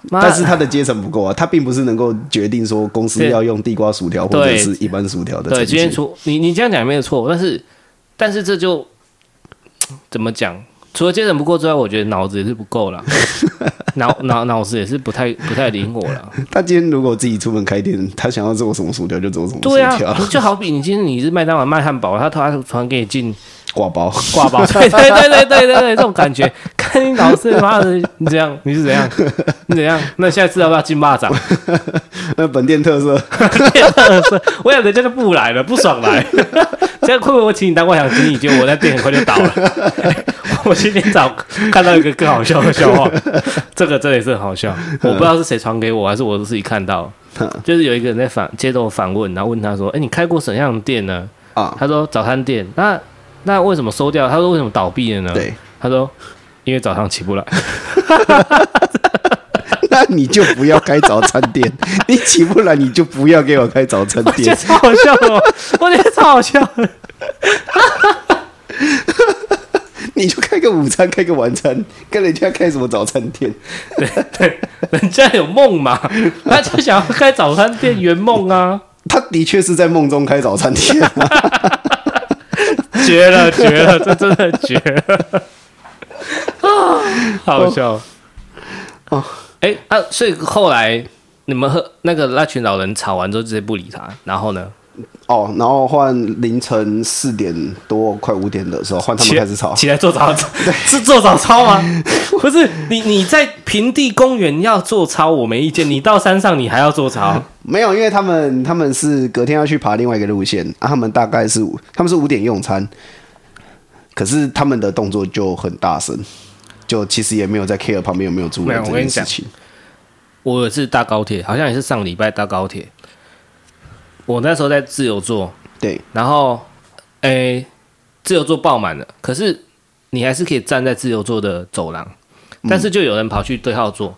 Speaker 1: 妈
Speaker 2: 但是他的阶层不够啊，他并不是能够决定说公司
Speaker 1: 对
Speaker 2: 要用地瓜薯条或者
Speaker 1: 对
Speaker 2: 是一般薯条的
Speaker 1: 对
Speaker 2: 程
Speaker 1: 今天
Speaker 2: 序。
Speaker 1: 出你你这样讲也没有错，但是但是这就怎么讲？除了接诊不够之外，我觉得脑子也是不够 (laughs) 了，脑脑脑子也是不太不太灵活 (laughs) 了。
Speaker 2: 他今天如果自己出门开店，他想要做什么薯条就做什么薯
Speaker 1: 对啊
Speaker 2: 条，，
Speaker 1: 你就好比你今天你是麦当劳卖汉堡，他突然突然给你进
Speaker 2: 挂包。
Speaker 1: (laughs) 挂包，对对对对对对对，这种感觉， (laughs) 看你老师妈的，你怎样？你是怎样？你怎样？那下次要不要进蚂蚱？
Speaker 2: (laughs) 那本店特色，
Speaker 1: 我想人家就不来了，不爽来。这样会不会我请你当外场经理，结果我那店很快就倒了？我今天早看到一个更好笑的笑话，这个真的也是很好笑，我不知道是谁传给我，还是我自己看到。就是有一个人在反接受访问，然后问他说：“哎、你开过什么样的店呢？”
Speaker 2: 啊
Speaker 1: 他说：“早餐店。那那为什么收掉？他说为什么倒闭了呢？”
Speaker 2: 对， (laughs)
Speaker 1: 他说：“因为早上起不来。”
Speaker 2: 那你就不要开早餐店， (laughs) 你起不来你就不要给我开早餐
Speaker 1: (laughs) 我觉得
Speaker 2: 店。
Speaker 1: 超好笑的，我觉得超好笑的。
Speaker 2: 你就开个午餐，开个晚餐，跟人家开什么早餐店？
Speaker 1: 人家有梦 (laughs) 嘛，他就想要开早餐店圆梦啊，
Speaker 2: 他的确是在梦中开早
Speaker 1: (laughs)
Speaker 2: 餐店、啊，
Speaker 1: 绝了绝了，这真的绝了啊， (laughs) 好笑
Speaker 2: 哦
Speaker 1: 哦，哎、啊，所以后来你们和那个那群老人吵完之后，直接不理他，然后呢，
Speaker 2: 哦，然后换凌晨四点多快五点的时候，换他们开始吵。
Speaker 1: 起来做 (laughs) 早操，是做早操吗？不是，你你在平地公园要做操，我没意见，你到山上你还要做操，
Speaker 2: 没有，因为他们他们是隔天要去爬另外一个路线，啊，他们大概是五他们是五点用餐，可是他们的动作就很大声，就其实也没有在 care 旁边有没有住
Speaker 1: 没有
Speaker 2: 人
Speaker 1: 我
Speaker 2: 这
Speaker 1: 跟
Speaker 2: 件
Speaker 1: 你
Speaker 2: 事
Speaker 1: 讲
Speaker 2: 情。
Speaker 1: 我有一次搭高铁，好像也是上礼拜搭高铁。我那时候在自由座，
Speaker 2: 对，
Speaker 1: 然后诶、自由座爆满了，可是你还是可以站在自由座的走廊，但是就有人跑去对号座，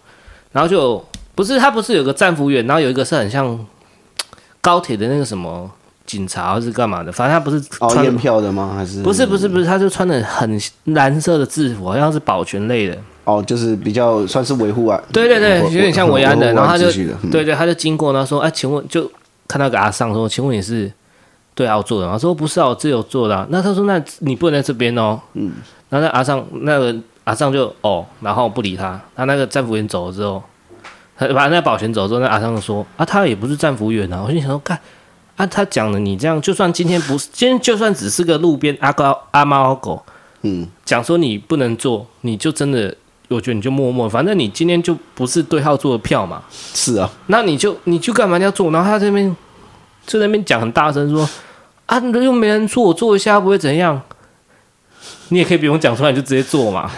Speaker 1: 然后就不是他不是有个站服务员，然后有一个是很像嘖高铁的那个什么警察还是干嘛的，反正他不是
Speaker 2: 哦，
Speaker 1: 穿
Speaker 2: 验票的吗？还是
Speaker 1: 不是不是不是，他就穿的很蓝色的制服，好像是保全类的。
Speaker 2: 哦，就是比较算是维护啊，
Speaker 1: 对对对，有点像维安的，然后他就
Speaker 2: 秩序的嗯
Speaker 1: 对对，他就经过，然后说：“哎、请问，就看到个阿尚说，请问你是对澳做的吗？”他说：“不是啊，我自由做的啊、那他说：“那你不能在这边哦。”嗯，然后那阿尚那个阿尚就哦，然后不理他。他那个站服员走了之后，他把那保全走了之后，那阿尚就说：“啊，他也不是站服员啊。”我心想说：“看。”啊，他讲的你这样，就算今天不是，今天就算只是个路边阿高阿猫阿狗，
Speaker 2: 嗯，
Speaker 1: 讲说你不能做，你就真的，我觉得你就默默，反正你今天就不是对号做的票嘛，
Speaker 2: 是啊，
Speaker 1: 那你就你就干嘛要做？然后他这边就在那边讲很大声说啊，又没人做，我做一下不会怎样。你也可以不用讲出来，你就直接做嘛。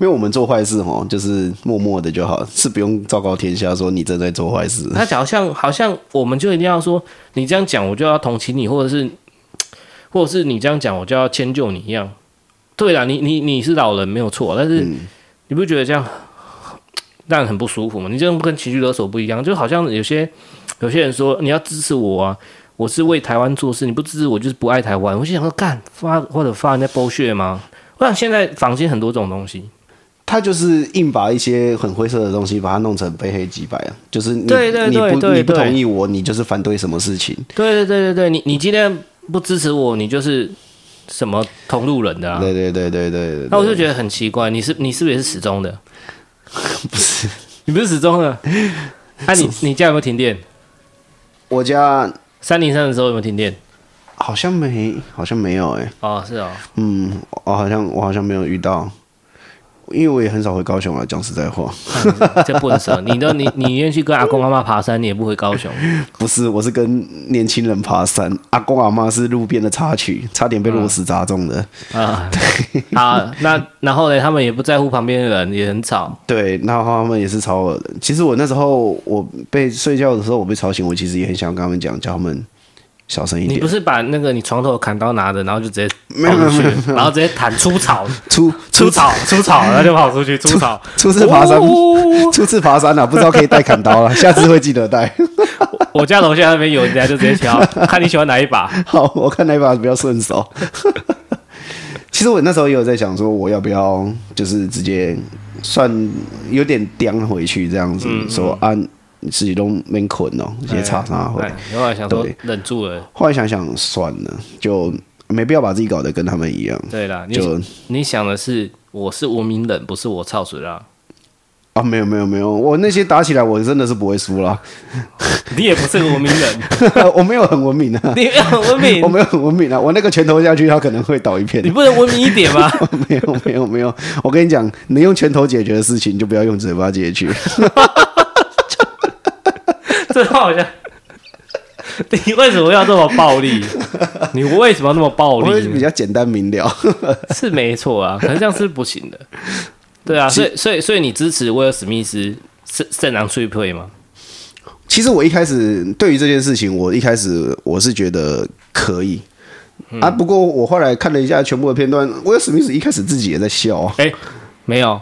Speaker 2: 因为我们做坏事哦，就是默默的就好，是不用昭告天下说你正在做坏事。
Speaker 1: 他好像好像我们就一定要说，你这样讲我就要同情你，或者是或者是你这样讲我就要迁就你一样。对啦，你你你是老人没有错，但是你不觉得这样让人很不舒服吗？你这样跟情绪勒索不一样，就好像有些有些人说你要支持我啊，我是为台湾做事，你不支持我就是不爱台湾。我就想说，干发或者发人家剥削吗？我想现在坊间很多这种东西，
Speaker 2: 他就是硬把一些很灰色的东西，把它弄成非黑即白啊，就是你
Speaker 1: 对对对
Speaker 2: 你不
Speaker 1: 对
Speaker 2: 你不
Speaker 1: 对
Speaker 2: 同意我，你就是反对什么事情。
Speaker 1: 对对对对对，你你今天不支持我，你就是什么同路人的啊？
Speaker 2: 对对对对对对
Speaker 1: 那我就觉得很奇怪，你是你是不是也是始终
Speaker 2: (laughs)
Speaker 1: 的？不是，你不是始终的。那、你你家有没有停电？
Speaker 2: 我家
Speaker 1: 三零三的时候有没有停电？
Speaker 2: 好像没，好像没有哎、
Speaker 1: 哦，是哦，
Speaker 2: 嗯，我好像我好像没有遇到，因为我也很少回高雄啊。讲实在话， (laughs)
Speaker 1: 这笨蛇，你都你你宁愿去跟阿公阿妈爬山，你也不回高雄。
Speaker 2: 不是，我是跟年轻人爬山，阿公阿妈是路边的插曲，
Speaker 1: 嗯
Speaker 2: 差点被落石砸中的。 (laughs)
Speaker 1: 啊，好，那然后呢？他们也不在乎旁边的人，也很吵。
Speaker 2: 对，然后他们也是吵我的。其实我那时候我被睡觉的时候，我被吵醒，我其实也很想跟他们讲，叫他们小声一
Speaker 1: 你
Speaker 2: 点
Speaker 1: 不，是把那个你床头的砍刀拿着，然后就直接
Speaker 2: 没有
Speaker 1: 跑出去
Speaker 2: 没有没有
Speaker 1: 然后直接弹出
Speaker 2: (laughs)
Speaker 1: 草，
Speaker 2: 初
Speaker 1: 出草，出草，然后就跑出去出草。
Speaker 2: 初次爬山，
Speaker 1: 哦
Speaker 2: 初次爬山啊，不知道可以带砍刀了，下次会记得带。
Speaker 1: 我家楼下那边有，人家就直接
Speaker 2: (laughs)
Speaker 1: 敲，看你喜欢哪一把。
Speaker 2: 好，我看哪一把比较顺手。 (laughs) 其实我那时候也有在想说，我要不要就是直接算有点刁回去这样子，说啊，你自己都没捆哦，直接插上回
Speaker 1: 嗯哎。后来想说
Speaker 2: 对
Speaker 1: 忍住了，
Speaker 2: 后来想想算了，就没必要把自己搞得跟他们一样，
Speaker 1: 对啦，你
Speaker 2: 就
Speaker 1: 你想的是我是无名人，不是我操水啦，
Speaker 2: 啊，没有没有没有，我那些打起来我真的是不会输啦，
Speaker 1: (laughs) 你也不是无名人，(laughs)
Speaker 2: (laughs) 我没有很文明啊，
Speaker 1: 你没有很文明
Speaker 2: 我，没有很文明啊，我那个拳头下去，他可能会倒一片
Speaker 1: 你。不能文明一点吗？
Speaker 2: (laughs) 没有没有没有，我跟你讲，能用拳头解决的事情，就不要用嘴巴
Speaker 1: (laughs)
Speaker 2: 解决。
Speaker 1: 这好像。 (laughs) 你为什么要这么暴
Speaker 2: (laughs)
Speaker 1: 力？你为什么要那么暴
Speaker 2: 我会比
Speaker 1: 力？
Speaker 2: 较简单明了。 (laughs)
Speaker 1: 是没错啊，可是这样是不行的。对啊，所以所以所以你支持威尔史密斯胜胜狼脆配吗？
Speaker 2: 其实我一开始对于这件事情，我一开始我是觉得可以。
Speaker 1: 嗯
Speaker 2: 啊！不过我后来看了一下全部的片段，威尔史密斯一开始自己也在笑啊，
Speaker 1: 哎、没有，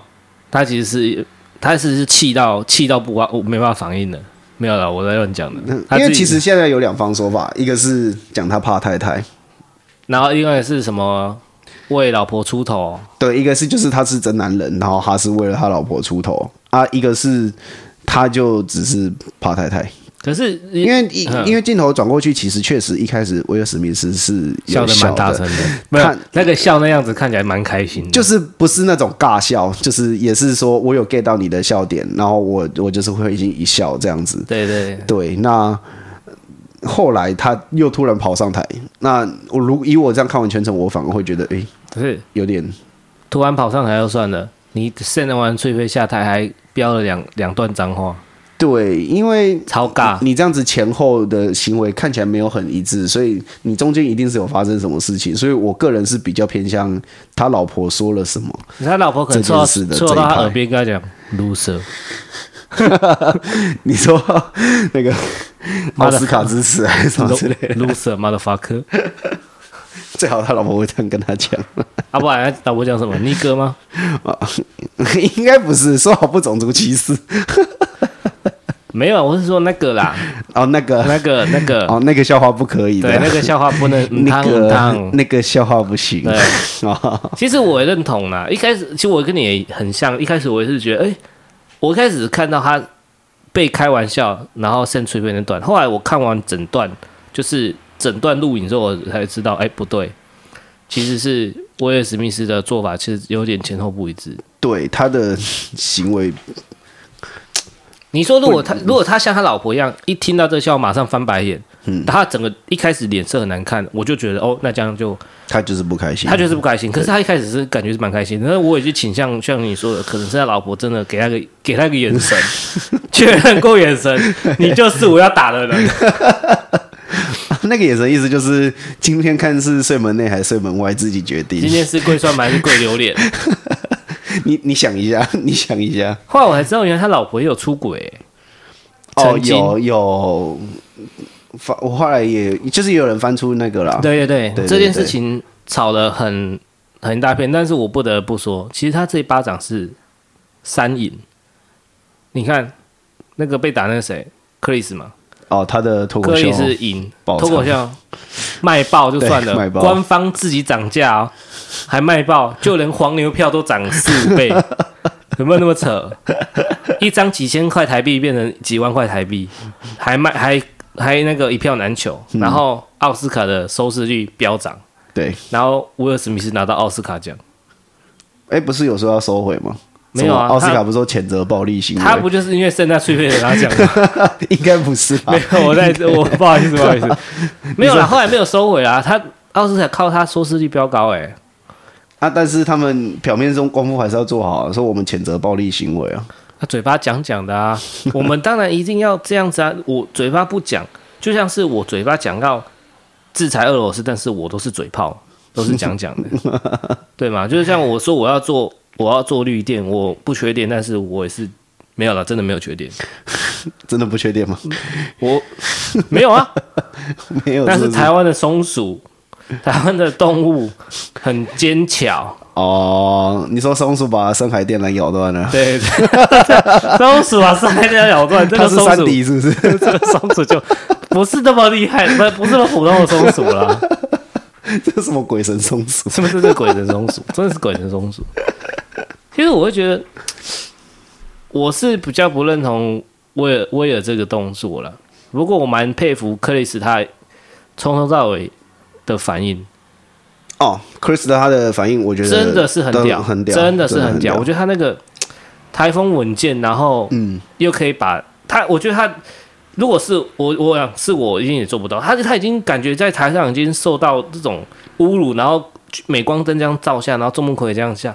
Speaker 1: 他其实是他是是气到气到不啊，我没办法反应的。没有了，我在乱讲的。他
Speaker 2: 因为
Speaker 1: 自己
Speaker 2: 其实，现在有两方说法，一个是讲他怕太太，
Speaker 1: 然后另外是什么为老婆出头，
Speaker 2: 对，一个是就是他是真男人，然后他是为了他老婆出头啊，一个是他就只是怕太太，
Speaker 1: 可是
Speaker 2: 因为一
Speaker 1: 嗯
Speaker 2: 因为镜头转过去，其实确实一开始威尔史密斯是有
Speaker 1: 笑得蛮大
Speaker 2: 的
Speaker 1: 声的，
Speaker 2: (laughs)
Speaker 1: 没有
Speaker 2: 看
Speaker 1: 那个笑那样子看起来蛮开心的，
Speaker 2: 就是不是那种尬笑，就是也是说我有 get 到你的笑点，然后我我就是会已经一笑这样子。
Speaker 1: 对对
Speaker 2: 对，那呃后来他又突然跑上台，那我如以我这样看完全程，我反而会觉得，诶，
Speaker 1: 可是
Speaker 2: 有点
Speaker 1: 突然跑上台就算了，你 send 完翠飞下台还飙了两两段脏话，
Speaker 2: 对，因为
Speaker 1: 超尬。
Speaker 2: 你这样子前后的行为看起来没有很一致，所以你中间一定是有发生什么事情。所以我个人是比较偏向他老婆说了什么， (laughs)
Speaker 1: 他老婆可能凑到
Speaker 2: 这件事的
Speaker 1: 凑到
Speaker 2: 这一
Speaker 1: 他
Speaker 2: 派
Speaker 1: 耳边跟他讲
Speaker 2: (laughs)
Speaker 1: loser，
Speaker 2: 你说那个
Speaker 1: 妈
Speaker 2: 奥
Speaker 1: 的
Speaker 2: 斯卡支持哦还是什么之类的，
Speaker 1: (laughs) loser motherfucker， (laughs)
Speaker 2: 最好他老婆会这样跟他讲。 (laughs)
Speaker 1: 啊不然他老婆讲什么？尼哥吗？
Speaker 2: 应该不是说好不种族歧视
Speaker 1: 没有，我是说那个啦，
Speaker 2: 哦，那个
Speaker 1: 那个那个，
Speaker 2: 哦，那个笑话不可以的，
Speaker 1: 对，那个笑话不
Speaker 2: (laughs)
Speaker 1: 能嗯
Speaker 2: 那
Speaker 1: 汤嗯
Speaker 2: 个
Speaker 1: 汤。
Speaker 2: 那个笑话不行。
Speaker 1: 对
Speaker 2: (laughs) 哦
Speaker 1: 其实我也认同啦，一开始其实我跟你也很像，一开始我也是觉得，哎、我一开始看到他被开玩笑，然后剩吹飞那段，后来我看完整段，就是整段录影之后，我才知道，哎、不对，其实是威尔史密斯的做法其实有点前后不一致。
Speaker 2: 对他的行为，
Speaker 1: 你说，如果他如果他像他老婆一样，一听到这笑马上翻白眼，他整个一开始脸色很难看，我就觉得哦，那这样就
Speaker 2: 他就是不开心，
Speaker 1: 他就是不开心。可是他一开始是感觉是蛮开心的，那我也去倾向像你说的，可能是他老婆真的给他个给他个眼神，
Speaker 2: (laughs)
Speaker 1: 确认过眼神，你就是我要打的人。
Speaker 2: (laughs) 那个眼神意思就是今天看是睡门内还是睡门外自己决
Speaker 1: 今
Speaker 2: 定。
Speaker 1: 天是跪蒜盘还是跪榴莲？
Speaker 2: (laughs) 你你想一下， (laughs) 你想一下。
Speaker 1: 后来我才知道，原来他老婆也有出轨、欸
Speaker 2: 哦，
Speaker 1: 曾经
Speaker 2: 有有，翻我后来也就是也有人翻出那个啦。
Speaker 1: 对对对，
Speaker 2: 啊对对
Speaker 1: 这件事情吵了很很一大片，但是我不得不说，其实他这一巴掌是三赢。你看那个被打那个谁，克里斯嘛，
Speaker 2: 哦，他的脱
Speaker 1: 克
Speaker 2: 口秀哦
Speaker 1: 里斯赢，
Speaker 2: 爆
Speaker 1: 脱口
Speaker 2: 场
Speaker 1: 秀卖爆就算
Speaker 2: 对卖
Speaker 1: 了，
Speaker 2: 爆
Speaker 1: 官方自己涨价哦，还卖爆，就连黄牛票都涨四五倍，有没有那么扯？一张几千块台币变成几万块台币，还卖还还那个一票难求，
Speaker 2: 嗯
Speaker 1: 然后奥斯卡的收视率飙涨，
Speaker 2: 对，
Speaker 1: 然后威尔史密斯拿到奥斯卡奖，
Speaker 2: 哎，不是有说要收回吗？
Speaker 1: 没有啊
Speaker 2: 什么奥斯
Speaker 1: 他
Speaker 2: 卡不是说谴责暴力行为？
Speaker 1: 他不就是因为圣诞脆片拿奖吗？
Speaker 2: (laughs) 应该不是吧
Speaker 1: 没？有，我
Speaker 2: 啊
Speaker 1: 在我不好意思，不好意
Speaker 2: (laughs)
Speaker 1: 思，没有啦，后来没有收回啦，他奥斯卡靠他收视率飙高哎、欸
Speaker 2: 啊，但是他们表面中功夫还是要做好啊，说我们谴责暴力行为啊。
Speaker 1: 他嘴巴讲讲的
Speaker 2: (laughs)
Speaker 1: 啊，我们当然一定要这样子啊。我嘴巴不讲，就像是我嘴巴讲到制裁俄罗斯，但是我都是嘴炮，都是讲讲的，
Speaker 2: (laughs)
Speaker 1: 对吗？就是像我说我要做我要做绿电，我不缺电，但是我也是没有了，真的没有缺电，
Speaker 2: 真的不缺电吗？ (laughs)
Speaker 1: 我没有啊。
Speaker 2: 没有，
Speaker 1: 但
Speaker 2: 是
Speaker 1: 是
Speaker 2: 不是
Speaker 1: 台湾的松鼠，台湾的动
Speaker 2: (laughs)
Speaker 1: 物很坚强，
Speaker 2: 哦，你说松鼠把深海电缆咬断了， (laughs)
Speaker 1: 对， (laughs) 松鼠啊，是还在咬断这
Speaker 2: 它
Speaker 1: 个
Speaker 2: 是
Speaker 1: 松
Speaker 2: 山
Speaker 1: 鼠。
Speaker 2: 迪是不是？
Speaker 1: (laughs) 这个松鼠就不是那么厉害，不不是那么普通的松鼠啦， (laughs)
Speaker 2: (laughs) 这是什么鬼神松鼠？
Speaker 1: 是不是？这鬼神松鼠真的是鬼神松鼠。其实我会觉得，我是比较不认同威尔威尔这个动作了。不过我蛮佩服克里斯他从头到尾的反应，
Speaker 2: 哦，Chris 的他的反应，我觉得
Speaker 1: 真的是很
Speaker 2: 都
Speaker 1: 屌，
Speaker 2: 很屌，
Speaker 1: 真的是
Speaker 2: 很
Speaker 1: 很屌。我觉得他那个台风稳健，然后
Speaker 2: 嗯，
Speaker 1: 又可以把他，我觉得他如果是我，我想是我一定也做不到。他他已经感觉在台上已经受到这种侮辱，然后镁光灯这样照下，然后众目睽睽这样下，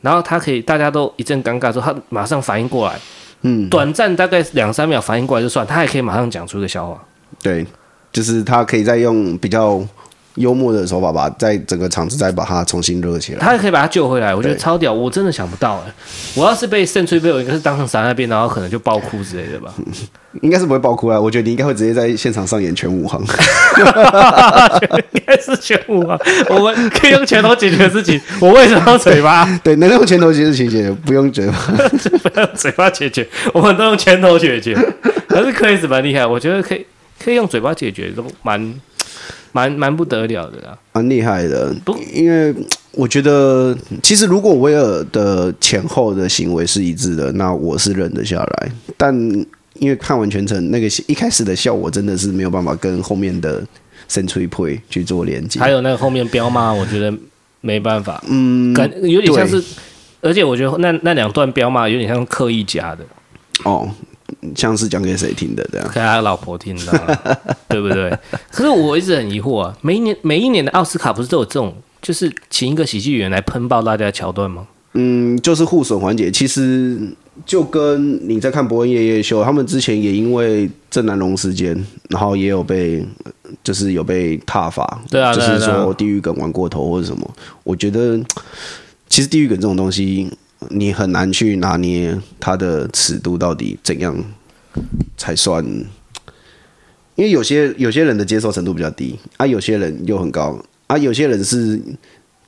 Speaker 1: 然后他可以大家都一阵尴尬之后，他马上反应过来，
Speaker 2: 嗯，
Speaker 1: 短暂大概两三秒反应过来就算，他还可以马上讲出一个笑话。
Speaker 2: 嗯对，就是他可以再用比较幽默的手法把在整个场子再把它重新热起来。
Speaker 1: 他也可以把他救回来，我觉得
Speaker 2: 对
Speaker 1: 超屌，我真的想不到哎、我要是被圣吹杯，我应该是当场闪在那边，然后可能就爆哭之类的吧。
Speaker 2: 应该是不会爆哭啊，我觉得你应该会直接在现场上演全武行。 (laughs)
Speaker 1: 应该是全武啊，我们可以用拳头解决事情，我为什么要嘴巴？ (laughs)
Speaker 2: 对，能用拳头解决情节，不用觉得。
Speaker 1: 不要用嘴巴解决，我们都用拳头解决。可是克里斯蛮厉害，我觉得可以可以用嘴巴解决，都蛮蛮蛮不得了的啦。啊
Speaker 2: 蛮厉害的
Speaker 1: 不，
Speaker 2: 因为我觉得其实如果威尔的前后的行为是一致的，那我是忍得下来。但因为看完全程，那个一开始的效果真的是没有办法跟后面的 Century Play 去做连接。
Speaker 1: 还有那个后面彪骂，我觉得没办法，嗯，感有点像是，而且我觉得那那两段彪骂有点像刻意加的，
Speaker 2: 哦，像是讲给谁听的这样？
Speaker 1: 给他老婆听到了，对不对？可是我一直很疑惑啊，每一年每一年的奥斯卡不是都有这种，就是请一个喜剧演员来喷爆大家的桥段吗？
Speaker 2: 嗯，就是互损环节，其实就跟你在看《伯恩夜夜秀》，他们之前也因为郑南榕事件，然后也有被就是有被踏伐，
Speaker 1: 对啊
Speaker 2: 就
Speaker 1: 对啊
Speaker 2: 是
Speaker 1: 对啊
Speaker 2: 说地狱梗玩过头或者什么。我觉得其实地狱梗这种东西，你很难去拿捏它的尺度到底怎样才算。因为有些有些人的接受程度比较低，啊，有些人又很高，啊，有些人是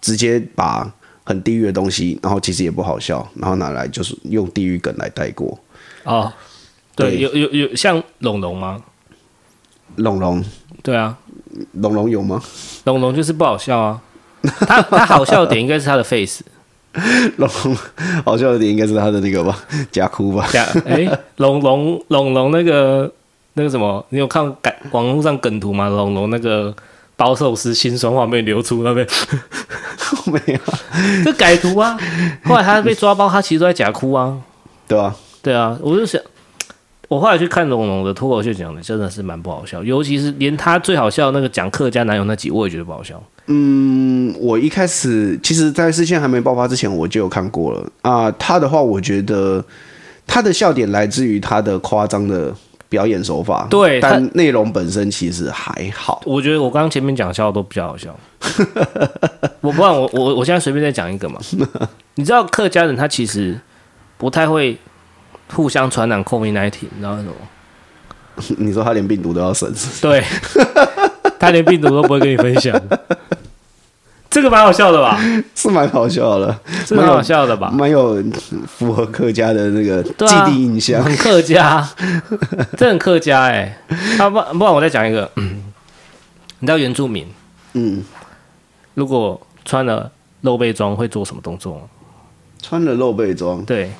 Speaker 2: 直接把很地狱的东西，然后其实也不好笑，然后拿来就是用地狱梗来带过。
Speaker 1: 哦，对，
Speaker 2: 对
Speaker 1: 有有有像龙龙吗？
Speaker 2: 龙龙，
Speaker 1: 对啊，
Speaker 2: 龙龙有吗？ (laughs)
Speaker 1: 龙龙就是不好笑啊。他他好笑的点应该是他的 face
Speaker 2: 龙龙好笑的点应该是他的那个吧，假哭吧。
Speaker 1: 加哎龙龙龙龙那个那个什么，你有看梗网络上梗图吗？龙龙那个包寿司心酸画面流出那边，
Speaker 2: (laughs) 没有，
Speaker 1: 这改图啊。后来他被抓包，他其实都在假哭啊。
Speaker 2: 对吧、
Speaker 1: 对啊，我就想，我后来去看龙龙的脱口秀讲的，真的是蛮不好笑，尤其是连他最好笑的那个讲客家男友那集，我也觉得不好笑。
Speaker 2: 嗯，我一开始其实，在事件还没爆发之前，我就有看过了啊、他的话，我觉得他的笑点来自于他的夸张的表演手法，
Speaker 1: 对他
Speaker 2: 但内容本身其实还好。 (laughs)
Speaker 1: 我觉得我刚刚前面讲笑都比较好笑， (laughs) 我不然我我我现在随便再讲一个嘛。你知道客家人他其实不太会互相传染 COVID 1 9你知道为什么吗？
Speaker 2: 你说他连病毒都要省，
Speaker 1: 对，他连病毒都不会跟你分享，这个蛮好笑的吧？
Speaker 2: 是蛮好笑的，
Speaker 1: 这个蛮好笑的吧？
Speaker 2: 蛮有符合客家的那个
Speaker 1: 啊对
Speaker 2: 既
Speaker 1: 啊
Speaker 2: 定印象。
Speaker 1: 很客家，这很客家哎、欸。啊，不不然我再讲一个，嗯你知道原住民
Speaker 2: 嗯，
Speaker 1: 如果穿了露背装会做什么动作吗？
Speaker 2: 穿了露背装，
Speaker 1: 对，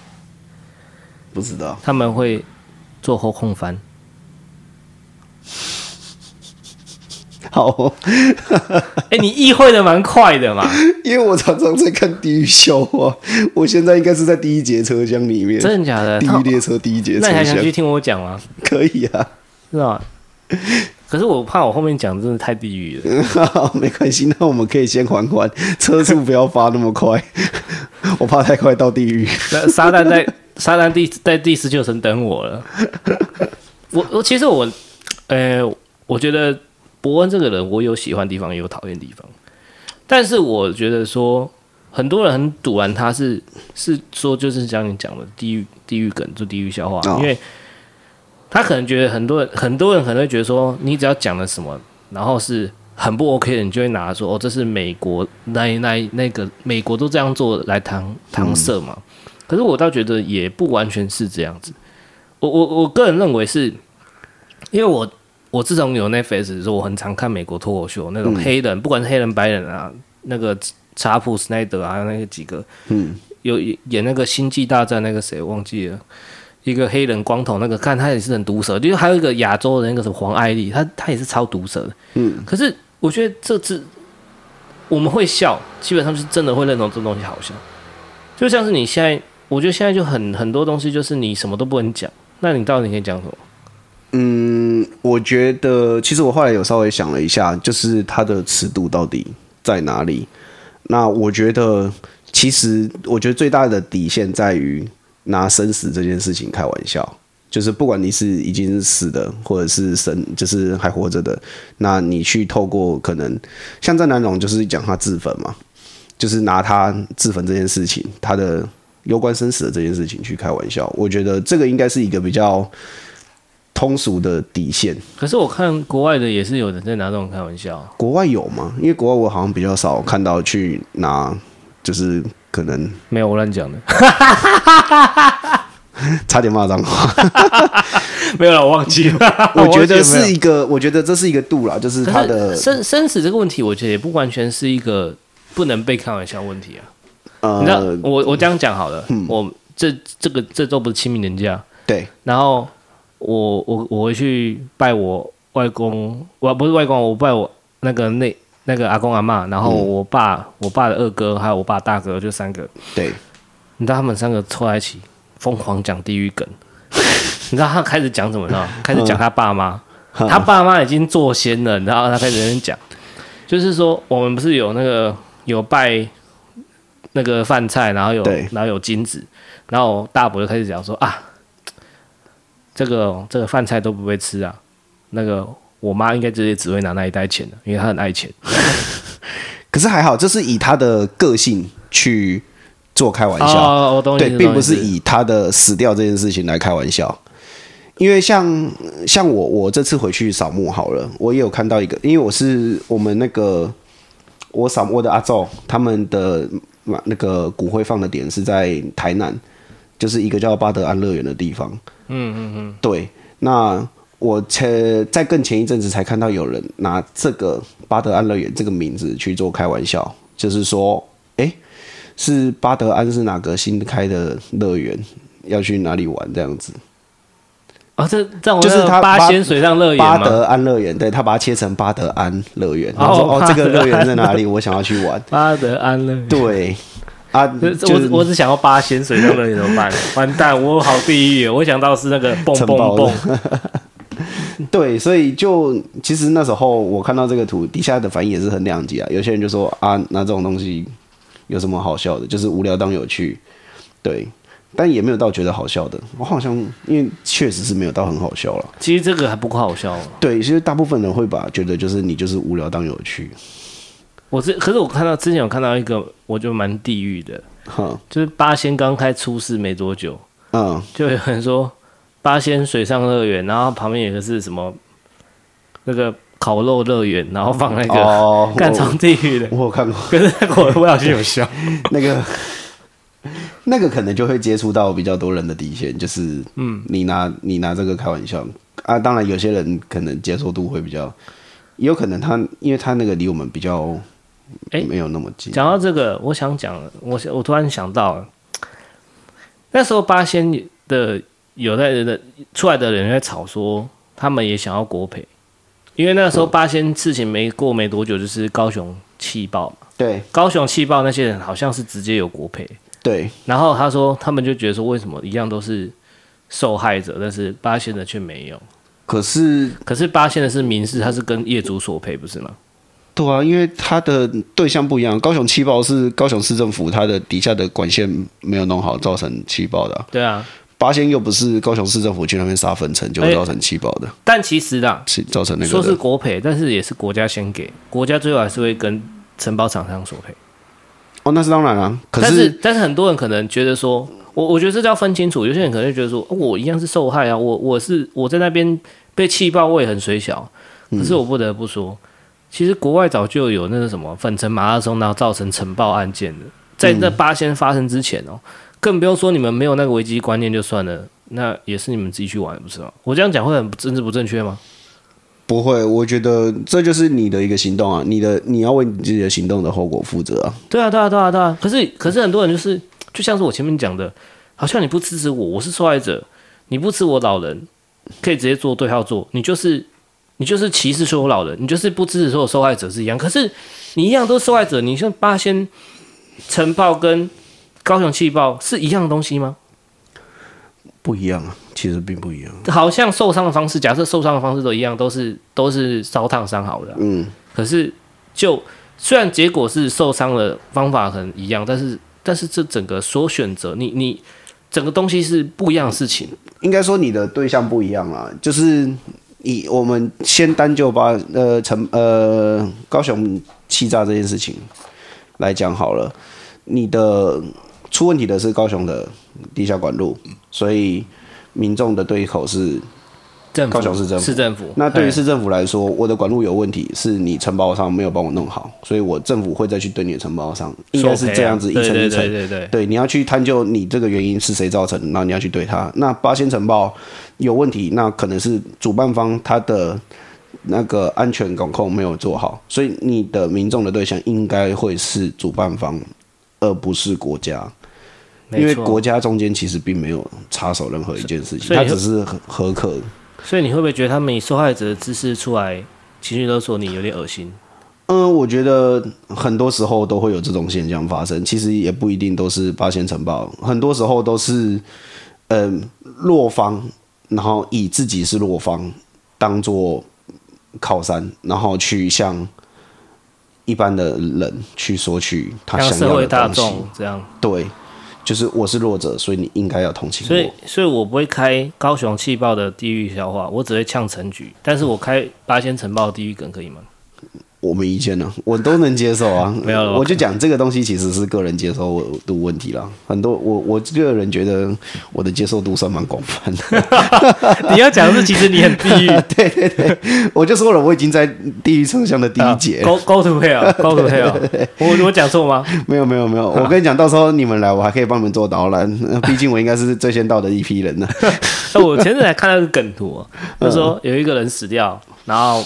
Speaker 2: 不知道
Speaker 1: 他们会做后空翻。
Speaker 2: 好 (laughs) 哦、
Speaker 1: (laughs) 哎、你意会的蛮快的嘛。
Speaker 2: 因为我常常在看《地狱笑话》，我现在应该是在第一节车厢里
Speaker 1: (laughs)
Speaker 2: 面，
Speaker 1: 真的假的？
Speaker 2: 地
Speaker 1: 那
Speaker 2: 狱列车第一节车
Speaker 1: 那你还想
Speaker 2: 厢
Speaker 1: 去，听我讲吗？
Speaker 2: 可以啊。 (laughs)
Speaker 1: 是吧？可是我怕我后面讲真的太地狱了。
Speaker 2: 没关系，那我们可以先缓缓，车速不要发那么快， (laughs) 我怕太快到地狱。
Speaker 1: 那撒旦在撒旦第在第十九层等我了。我我其实我，呃，我觉得伯恩这个人，我有喜欢地方，也有讨厌地方。但是我觉得说，很多人很堵拦他是是说，就是像你讲的地狱地狱梗，就地狱笑话，
Speaker 2: 哦
Speaker 1: 因为他可能觉得很多人很多人可能会觉得说，你只要讲了什么，然后是很不 OK 的，你就会拿说哦，这是美国那那那个美国都这样做来搪搪塞嘛。可是我倒觉得也不完全是这样子。我我我个人认为是，因为我我自从有 Netflix 之后，我很常看美国脱口秀那
Speaker 2: 嗯
Speaker 1: 种黑人，不管是黑人、白人啊，那个查普、斯奈德啊，那个几个，
Speaker 2: 嗯，
Speaker 1: 有演那个《星际大战》那个谁忘记了，一个黑人光头那个，看他也是很毒舌，就是还有一个亚洲的那个什么黄艾丽，他他也是超毒舌的。
Speaker 2: 嗯，
Speaker 1: 可是我觉得这次我们会笑，基本上就是真的会认同这东西好笑。就像是你现在，我觉得现在就很很多东西，就是你什么都不能讲，那你到底可以讲什么？
Speaker 2: 嗯，我觉得其实我后来有稍微想了一下，就是它的尺度到底在哪里？那我觉得，其实我觉得最大的底线在于拿生死这件事情开玩笑，就是不管你是已经死的，或者是生，就是还活着的，那你去透过可能像郑南榕，就是讲他自焚嘛，就是拿他自焚这件事情，他的攸关生死的这件事情去开玩笑，我觉得这个应该是一个比较。通俗的底线。
Speaker 1: 可是我看国外的也是有人在拿这种开玩笑，
Speaker 2: 国外有吗？因为国外我好像比较少看到去拿，就是可能
Speaker 1: 没有我乱讲的，
Speaker 2: 差点骂脏话。
Speaker 1: (laughs) 没有了，我忘记了。
Speaker 2: 我觉
Speaker 1: 忘
Speaker 2: 得
Speaker 1: 记了没有
Speaker 2: 是一个，我觉得这是一个度啦，就是
Speaker 1: 可
Speaker 2: 它
Speaker 1: 是
Speaker 2: 的
Speaker 1: 生生死这个问题，我觉得也不完全是一个不能被开玩笑问题啊。你知道
Speaker 2: 呃，
Speaker 1: 我我这样讲好了，我这这个这周不是清明年假，
Speaker 2: 对，
Speaker 1: 然后我我我回去拜我外公，我不是外公，我拜我那个那那个阿公阿嬷，然后我爸、我爸的二哥还有我爸大哥，就三个，
Speaker 2: 对，
Speaker 1: 你知道他们三个凑在一起疯狂讲地狱梗， (laughs) 你知道他开始讲什么
Speaker 2: (laughs)
Speaker 1: 呢？开始讲他爸妈，
Speaker 2: 嗯
Speaker 1: 他爸妈已经做仙了，然后他开始在那边讲，就是说我们不是有那个有拜那个饭菜，然后有
Speaker 2: 对
Speaker 1: 然后有金子，然后大伯就开始讲说啊，这个这个饭菜都不会吃啊，那个我妈应该直接只会拿那一袋钱的，因为她很爱钱。
Speaker 2: 可是还好，这是以他的个性去做开玩笑，
Speaker 1: 哦，我懂你意
Speaker 2: 对
Speaker 1: 思，
Speaker 2: 并不是
Speaker 1: 懂你意思
Speaker 2: 以他的死掉这件事情来开玩笑。因为像像我我这次回去扫墓好了，我也有看到一个，因为我是我们那个我扫墓的阿昼他们的嘛那个骨灰放的点是在台南，就是一个叫巴德安乐园的地方。嗯嗯嗯，对。那我前在更前一阵子才看到有人拿这个巴德安乐园这个名字去做开玩笑，就是说，诶。是巴德安是哪个新开的乐园，要去哪里玩这样子。
Speaker 1: 哦，这让我
Speaker 2: 就是
Speaker 1: 那个
Speaker 2: 他
Speaker 1: 八
Speaker 2: 巴
Speaker 1: 仙水上乐园
Speaker 2: 巴
Speaker 1: 嘛。
Speaker 2: 德安乐园，对他把它切成巴德安乐园，然后说
Speaker 1: 哦
Speaker 2: 哦，这个
Speaker 1: 巴德安
Speaker 2: 乐园在哪里？我想要去
Speaker 1: (laughs)
Speaker 2: 玩。
Speaker 1: 巴德安乐园。
Speaker 2: 对啊，
Speaker 1: (laughs) 这这我只
Speaker 2: 就
Speaker 1: 我只想要八仙水上乐园怎
Speaker 2: (laughs)
Speaker 1: 么办？完蛋，我好地狱哦！我想到是那个蹦
Speaker 2: 承
Speaker 1: 蹦
Speaker 2: 包
Speaker 1: 蹦，
Speaker 2: 对，所以就其实那时候我看到这个图，底下的反应也是很两极啊。有些人就说啊，那这种东西有什么好笑的？就是无聊当有趣，对。但也没有到觉得好笑的，我好像因为确实是没有到很好笑了。
Speaker 1: 其实这个还不够好笑哦。
Speaker 2: 对，其实大部分人会把觉得就是你就是无聊当有趣，
Speaker 1: 我是，可是我看到之前有看到一个，我就蛮地狱的，
Speaker 2: 哈，
Speaker 1: 就是八仙刚开出事没多久，
Speaker 2: 嗯，
Speaker 1: 就有人说八仙水上乐园，然后旁边有个是什么那个烤肉乐园，然后放那个 (laughs)
Speaker 2: 哦，
Speaker 1: 干
Speaker 2: 我
Speaker 1: 超地狱的，
Speaker 2: 我有看过 (laughs)
Speaker 1: 可是那个我不小心有笑。
Speaker 2: 那个，那个可能就会接触到比较多人的底线，就是嗯，你拿你拿这个开玩笑啊，当然有些人可能接受度会比较，也有可能他因为他那个离我们比较，
Speaker 1: 哎
Speaker 2: 没有那么近，
Speaker 1: 讲到这个，我想讲，我我突然想到了，那时候八仙的有在的出来的人在吵说，他们也想要国赔，因为那时候八仙事情没过没多久，就是高雄气爆嘛，
Speaker 2: 对
Speaker 1: 高雄气爆那些人好像是直接有国赔，
Speaker 2: 对，
Speaker 1: 然后他说他们就觉得说，为什么一样都是受害者，但是八仙的却没有？
Speaker 2: 可是
Speaker 1: 可是八仙的是民事，他是跟业主索赔，不是吗？
Speaker 2: 对啊，因为他的对象不一样，高雄气爆是高雄市政府他的底下的管线没有弄好造成气爆的啊、
Speaker 1: 对啊，
Speaker 2: 八仙又不是高雄市政府去那边撒粉尘就会造成气爆的，
Speaker 1: 但其实啦，
Speaker 2: 是造成那个
Speaker 1: 说
Speaker 2: 的
Speaker 1: 是国赔，但是也是国家先给，国家最后还是会跟承包厂商索赔。
Speaker 2: 哦，那是当然啊。可
Speaker 1: 但
Speaker 2: 是
Speaker 1: 但是很多人可能觉得说，我我觉得这叫分清楚。有些人可能会觉得说，哦我一样是受害啊，我我是我在那边被气爆，我也很水小。
Speaker 2: 嗯
Speaker 1: 可是我不得不说，其实国外早就有那个什么粉尘马拉松，然后造成尘爆案件的，在那
Speaker 2: 嗯
Speaker 1: 八仙发生之前哦，更不用说你们没有那个危机观念就算了，那也是你们自己去玩，不是吗？我这样讲会很政治不正确吗？
Speaker 2: 不会，我觉得这就是你的一个行动啊，你的你要为你自己的行动的后果负责啊。
Speaker 1: 对啊，对啊，对啊，对啊。可是，可是很多人就是，就像是我前面讲的，好像你不支持我，我是受害者，你不吃我老人，可以直接做对号做，你就是你就是歧视所有老人，你就是不支持所有受害者是一样。可是你一样都是受害者，你像八仙晨报跟高雄气爆是一样的东西吗？
Speaker 2: 不一样啊，其实并不一样。
Speaker 1: 好像受伤的方式，假设受伤的方式都一样，都是都是烧烫伤好了、啊
Speaker 2: 嗯，
Speaker 1: 可是就虽然结果是受伤的方法很一样，但是但是这整个所选择，你你整个东西是不一样的事情。
Speaker 2: 应该说你的对象不一样啊，就是以我们先单就把呃成呃高雄欺诈这件事情来讲好了，你的出问题的是高雄的地下管路，所以民众的对口是
Speaker 1: 政府
Speaker 2: 高雄市政府
Speaker 1: 市政府，
Speaker 2: 那对于
Speaker 1: 嘿
Speaker 2: 市政府来说，我的管路有问题，是你承包商没有帮我弄好，所以我政府会再去对你的承包商，应该是这样子一
Speaker 1: 索
Speaker 2: 层
Speaker 1: 赔啊
Speaker 2: 一层。
Speaker 1: 对对对对对，
Speaker 2: 对，你要去探究你这个原因是谁造成，然后你要去对他。那八仙城报有问题，那可能是主办方他的那个安全管控没有做好，所以你的民众的对象应该会是主办方，而不是国家，因
Speaker 1: 没
Speaker 2: 为
Speaker 1: 错
Speaker 2: 国家中间其实并没有插手任何一件事情，
Speaker 1: 所以
Speaker 2: 它
Speaker 1: 你
Speaker 2: 只是合合可。
Speaker 1: 所以你会不会觉得他们以受害者的姿势出来情绪勒索你有点恶心？
Speaker 2: 嗯，我觉得很多时候都会有这种现象发生，其实也不一定都是八仙城堡，很多时候都是，嗯、弱方，然后以自己是弱方当做靠山，然后去向一般的人去索取他
Speaker 1: 像
Speaker 2: 想
Speaker 1: 社
Speaker 2: 要
Speaker 1: 会
Speaker 2: 的
Speaker 1: 大
Speaker 2: 东西。
Speaker 1: 众这样，
Speaker 2: 对，就是我是弱者，所以你应该要同情
Speaker 1: 所以
Speaker 2: 我。
Speaker 1: 所以我不会开高雄气爆的地狱笑话，我只会呛陈局，但是我开八仙城爆的地狱梗可以吗？
Speaker 2: 我没意见呢、我都能接受啊。
Speaker 1: 没有了吧
Speaker 2: 我就讲这个东西其实是个人接受度问题啦。很多我我个人觉得我的接受度算蛮广泛的。
Speaker 1: (laughs)
Speaker 2: (laughs)
Speaker 1: 你要讲的是其实你很地 (laughs) 狱，
Speaker 2: 对对对，我就说了，我已经在地狱车厢的第一节了。
Speaker 1: 啊 Go Go to hell，Go to (laughs) hell，我我讲错吗？
Speaker 2: (laughs) 没有没有没
Speaker 1: 啊
Speaker 2: 有，我跟你讲，到时候你们来，我还可以帮你们做导览。呃毕竟我应该是最先到的一批人呢、
Speaker 1: 哎，我前阵才看到一个梗图哦，就说有一个人死掉，然后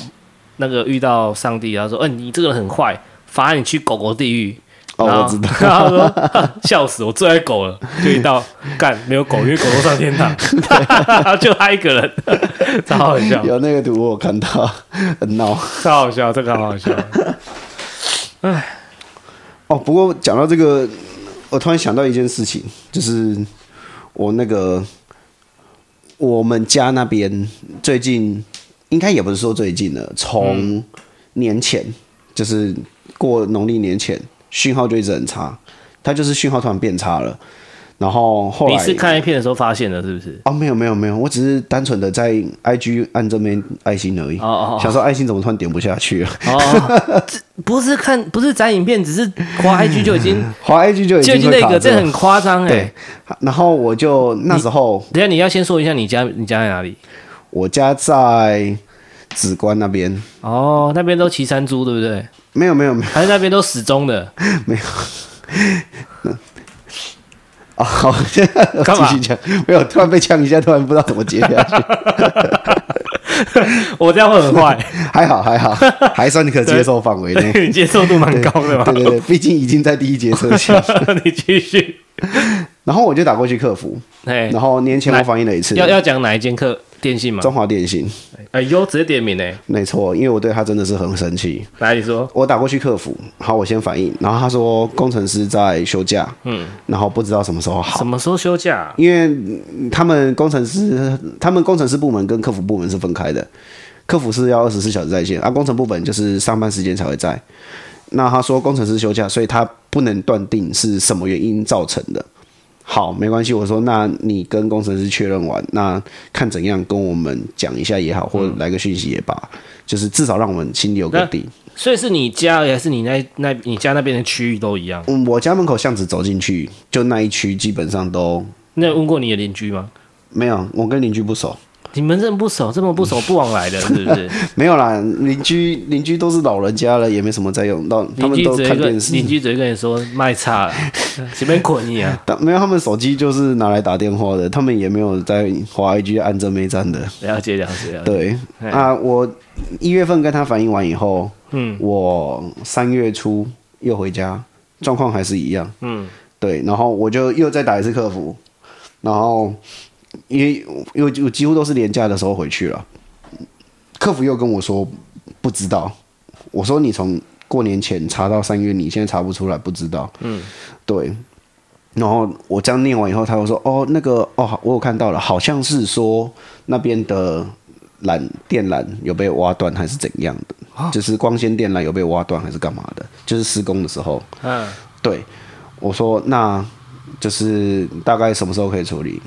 Speaker 1: 那个遇到上帝，他说：“嗯、你这个人很坏，罚你去狗狗地狱。”
Speaker 2: 哦
Speaker 1: 然后
Speaker 2: 我知道。
Speaker 1: 然 (laughs) 后他说哈：“笑死，我最爱狗了。”就一到干没有狗，因为狗都上天 (laughs) 堂，就他一个人， (laughs) 超好笑，
Speaker 2: 有那个图我有看到，很闹。
Speaker 1: 超好笑，这个好好 (laughs) 笑。
Speaker 2: 哦，不过讲到这个，我突然想到一件事情，就是我那个我们家那边最近，应该也不是说最近了，从年前、就是过农历年前，讯号就一直很差，它就是讯号突然变差了，然后后来
Speaker 1: 你是看 A 片的时候发现的，是不是？
Speaker 2: 哦，没有没有没有，我只是单纯的在 IG 按这边爱心而已，
Speaker 1: 哦哦哦
Speaker 2: 想说爱心怎么突然点不下去了，
Speaker 1: 哦，这不是看，不是展影片，只是滑 IG 就已 (laughs) 经
Speaker 2: 滑 IG 就已
Speaker 1: 就已
Speaker 2: 经
Speaker 1: 经
Speaker 2: 会
Speaker 1: 那
Speaker 2: 卡
Speaker 1: 个，这
Speaker 2: 住了
Speaker 1: 很夸张哎
Speaker 2: 对。，然后我就那时候
Speaker 1: 等一下你要先说一下你家你家在哪里？
Speaker 2: 我家在紫关那边，
Speaker 1: 哦，那边都骑山猪对不对？
Speaker 2: 没有没有没有
Speaker 1: 还是那边都死忠的？
Speaker 2: 啊，好，现在
Speaker 1: (laughs) 干嘛
Speaker 2: 继续讲，没有，突然被呛一下，突然不知道怎么接下
Speaker 1: (laughs)
Speaker 2: 去，
Speaker 1: (laughs) 我这样会很坏，
Speaker 2: 还好还好，还算可接受范围内。
Speaker 1: (laughs) 你接受度蛮高的
Speaker 2: 对对对，毕竟已经在第一节车
Speaker 1: (laughs)
Speaker 2: 厢，
Speaker 1: 嘛。你继续，
Speaker 2: 然后我就打过去客服，
Speaker 1: 哎
Speaker 2: 然，后年前我反映了一次，
Speaker 1: 要要讲哪一间课电信吗？
Speaker 2: 中华电信，
Speaker 1: 哎呦，直接点名哎，
Speaker 2: 没错，因为我对他真的是很生气，
Speaker 1: 来你说，
Speaker 2: 我打过去客服，好，我先反映，然后他说工程师在休假，嗯，然后不知道什么时候好，
Speaker 1: 什么时候休假？
Speaker 2: 因为嗯他们工程师，他们工程师部门跟客服部门是分开的，客服是要二十四小时在线，而、啊工程部门就是上班时间才会在。那他说工程师休假，所以他不能断定是什么原因造成的。好，没关系，我说那你跟工程师确认完，那看怎样跟我们讲一下也好，或者来个讯息也罢，就是至少让我们心里有个
Speaker 1: 那
Speaker 2: 底。
Speaker 1: 所以是你家还是你那那你家那边的区域都一样？
Speaker 2: 嗯，我家门口巷子走进去，就那一区基本上都
Speaker 1: 那有问过你的邻居吗？
Speaker 2: 没有，我跟邻居不熟。
Speaker 1: 你们这么不熟，这么不熟不往来
Speaker 2: (laughs)
Speaker 1: 的，是不是？
Speaker 2: 没有啦，邻居邻居都是老人家了，也没什么在用到，他
Speaker 1: 邻
Speaker 2: 们
Speaker 1: 居
Speaker 2: 都
Speaker 1: 直接
Speaker 2: 看
Speaker 1: 跟
Speaker 2: 电视
Speaker 1: 邻。居直接跟你说卖差了， (laughs) 随便捆你啊！
Speaker 2: 但没有，他们手机就是拿来打电话的，他们也没有在华 IG 按正妹站的。
Speaker 1: 了解了解了解。
Speaker 2: 对啊，我一月份跟他反映完以后，
Speaker 1: 嗯，
Speaker 2: 我三月初又回家，状况还是一样。嗯，对，然后我就又再打一次客服，然后因为因为我几乎都是廉价的时候回去了，客服又跟我说不知道，我说你从过年前查到三月，你现在查不出来，不知道。嗯，对。然后我这样念完以后，他又说：“哦，那个哦，好我有看到了，好像是说那边的缆电缆有被挖断，还是怎样的？就是光纤电缆有被挖断，还是干嘛的？就是施工的时候。
Speaker 1: 嗯，
Speaker 2: 对，我说那就是大概什么时候可以处理？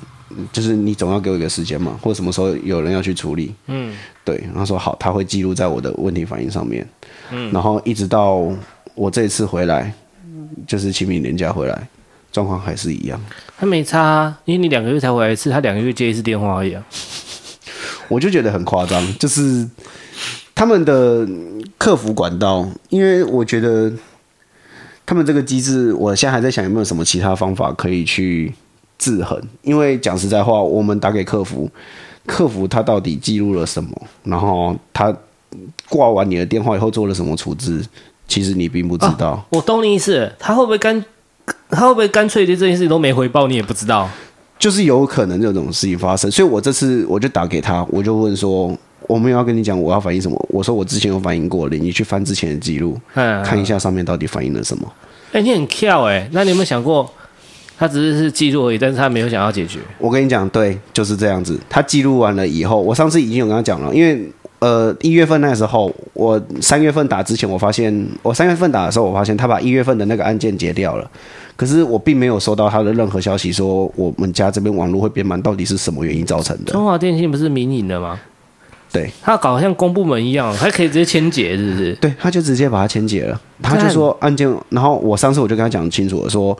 Speaker 2: 就是你总要给我一个时间嘛，或者什么时候有人要去处理。嗯，对。然后说好，他会记录在我的问题反应上面。嗯，然后一直到我这一次回来，就是清明年假回来，状况还是一样。
Speaker 1: 他没差、啊，因为你两个月才回来一次，他两个月接一次电话而已啊。
Speaker 2: 我就觉得很夸张，就是他们的客服管道，因为我觉得他们这个机制，我现在还在想有没有什么其他方法可以去制衡。因为讲实在话，我们打给客服，客服他到底记录了什么，然后他挂完你的电话以后做了什么处置，其实你并不知道。
Speaker 1: 我懂你意思了，他会不会干？他会不会干脆对这件事情都没回报，你也不知道？啊
Speaker 2: 就是有可能这种事情发生，所以我这次我就打给他，我就问说，我没有要跟你讲我要反映什么，我说我之前有反映过了，你去翻之前的记录，
Speaker 1: 嗯，
Speaker 2: 看一下上面到底反映了什么。
Speaker 1: 哎、你很跳哎、那你有没有想过，他只是是记录而已，但是他没有想要解决？
Speaker 2: 我跟你讲，对，就是这样子。他记录完了以后，我上次已经有跟他讲了，因为呃一月份那时候，我三月份打之前，我发现我三月份打的时候，我发现他把一月份的那个案件截掉了，可是我并没有收到他的任何消息，说我们家这边网络会变慢，到底是什么原因造成的？
Speaker 1: 中华电信不是民营的吗？
Speaker 2: 对，
Speaker 1: 他搞得像公部门一样，还可以直接签解，是不是？
Speaker 2: 对，他就直接把它签解了，他就
Speaker 1: 赞
Speaker 2: 说案件，然后我上次我就跟他讲清楚了，说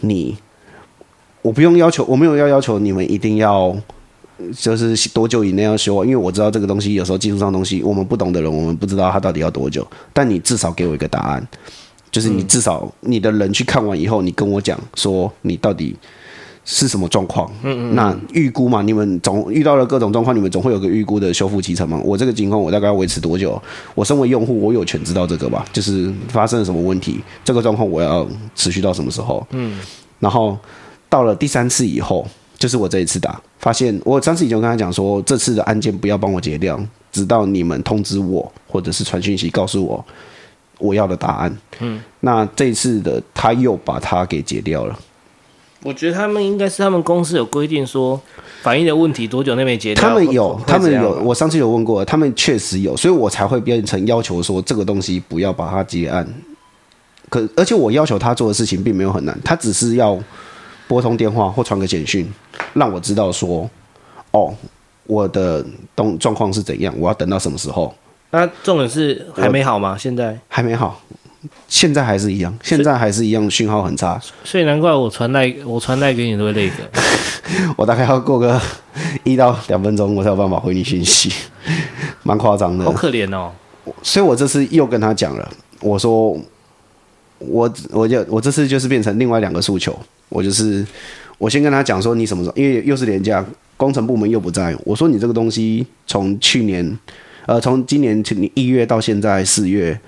Speaker 2: 你我不用要求，我没有要要求你们一定要。就是多久以内要修啊？因为我知道这个东西有时候技术上的东西，我们不懂的人，我们不知道它到底要多久。但你至少给我一个答案，就是你至少你的人去看完以后，你跟我讲说你到底是什么状况。嗯嗯那预估嘛，你们总遇到了各种状况，你们总会有个预估的修复期程嘛。我这个情况我大概要维持多久？我身为用户，我有权知道这个吧？就是发生了什么问题，这个状况我要持续到什么时候？嗯，然后到了第三次以后，就是我这一次打，发现我上次已经跟他讲说，这次的案件不要帮我截掉，直到你们通知我或者是传讯息告诉我我要的答案。嗯，那这一次的他又把它给截掉了。
Speaker 1: 我觉得他们应该是他们公司有规定说，反映的问题多久内没解决？
Speaker 2: 他们有
Speaker 1: 会，
Speaker 2: 他们
Speaker 1: 会这样
Speaker 2: 有，我上次有问过，他们确实有，所以我才会变成要求说这个东西不要把它结案。可而且我要求他做的事情并没有很难，他只是要拨通电话或传个简讯，让我知道说，哦，我的东状况是怎样，我要等到什么时候
Speaker 1: 那重点是还没好吗？现在，
Speaker 2: 还没好，现在还是一样，现在还是一样，讯号很差，
Speaker 1: 所以难怪我传赖，我传赖给你都会累的。
Speaker 2: 我大概要过个一到两分钟，我才有办法回你讯息，蛮夸张的
Speaker 1: 好。可怜哦。
Speaker 2: 所以我这次又跟他讲了，我说我我就我这次就是变成另外两个诉求，我就是我先跟他讲说你什么时候，因为又是廉价，工程部门又不在，我说你这个东西从去年呃从今年你一月到现在四月。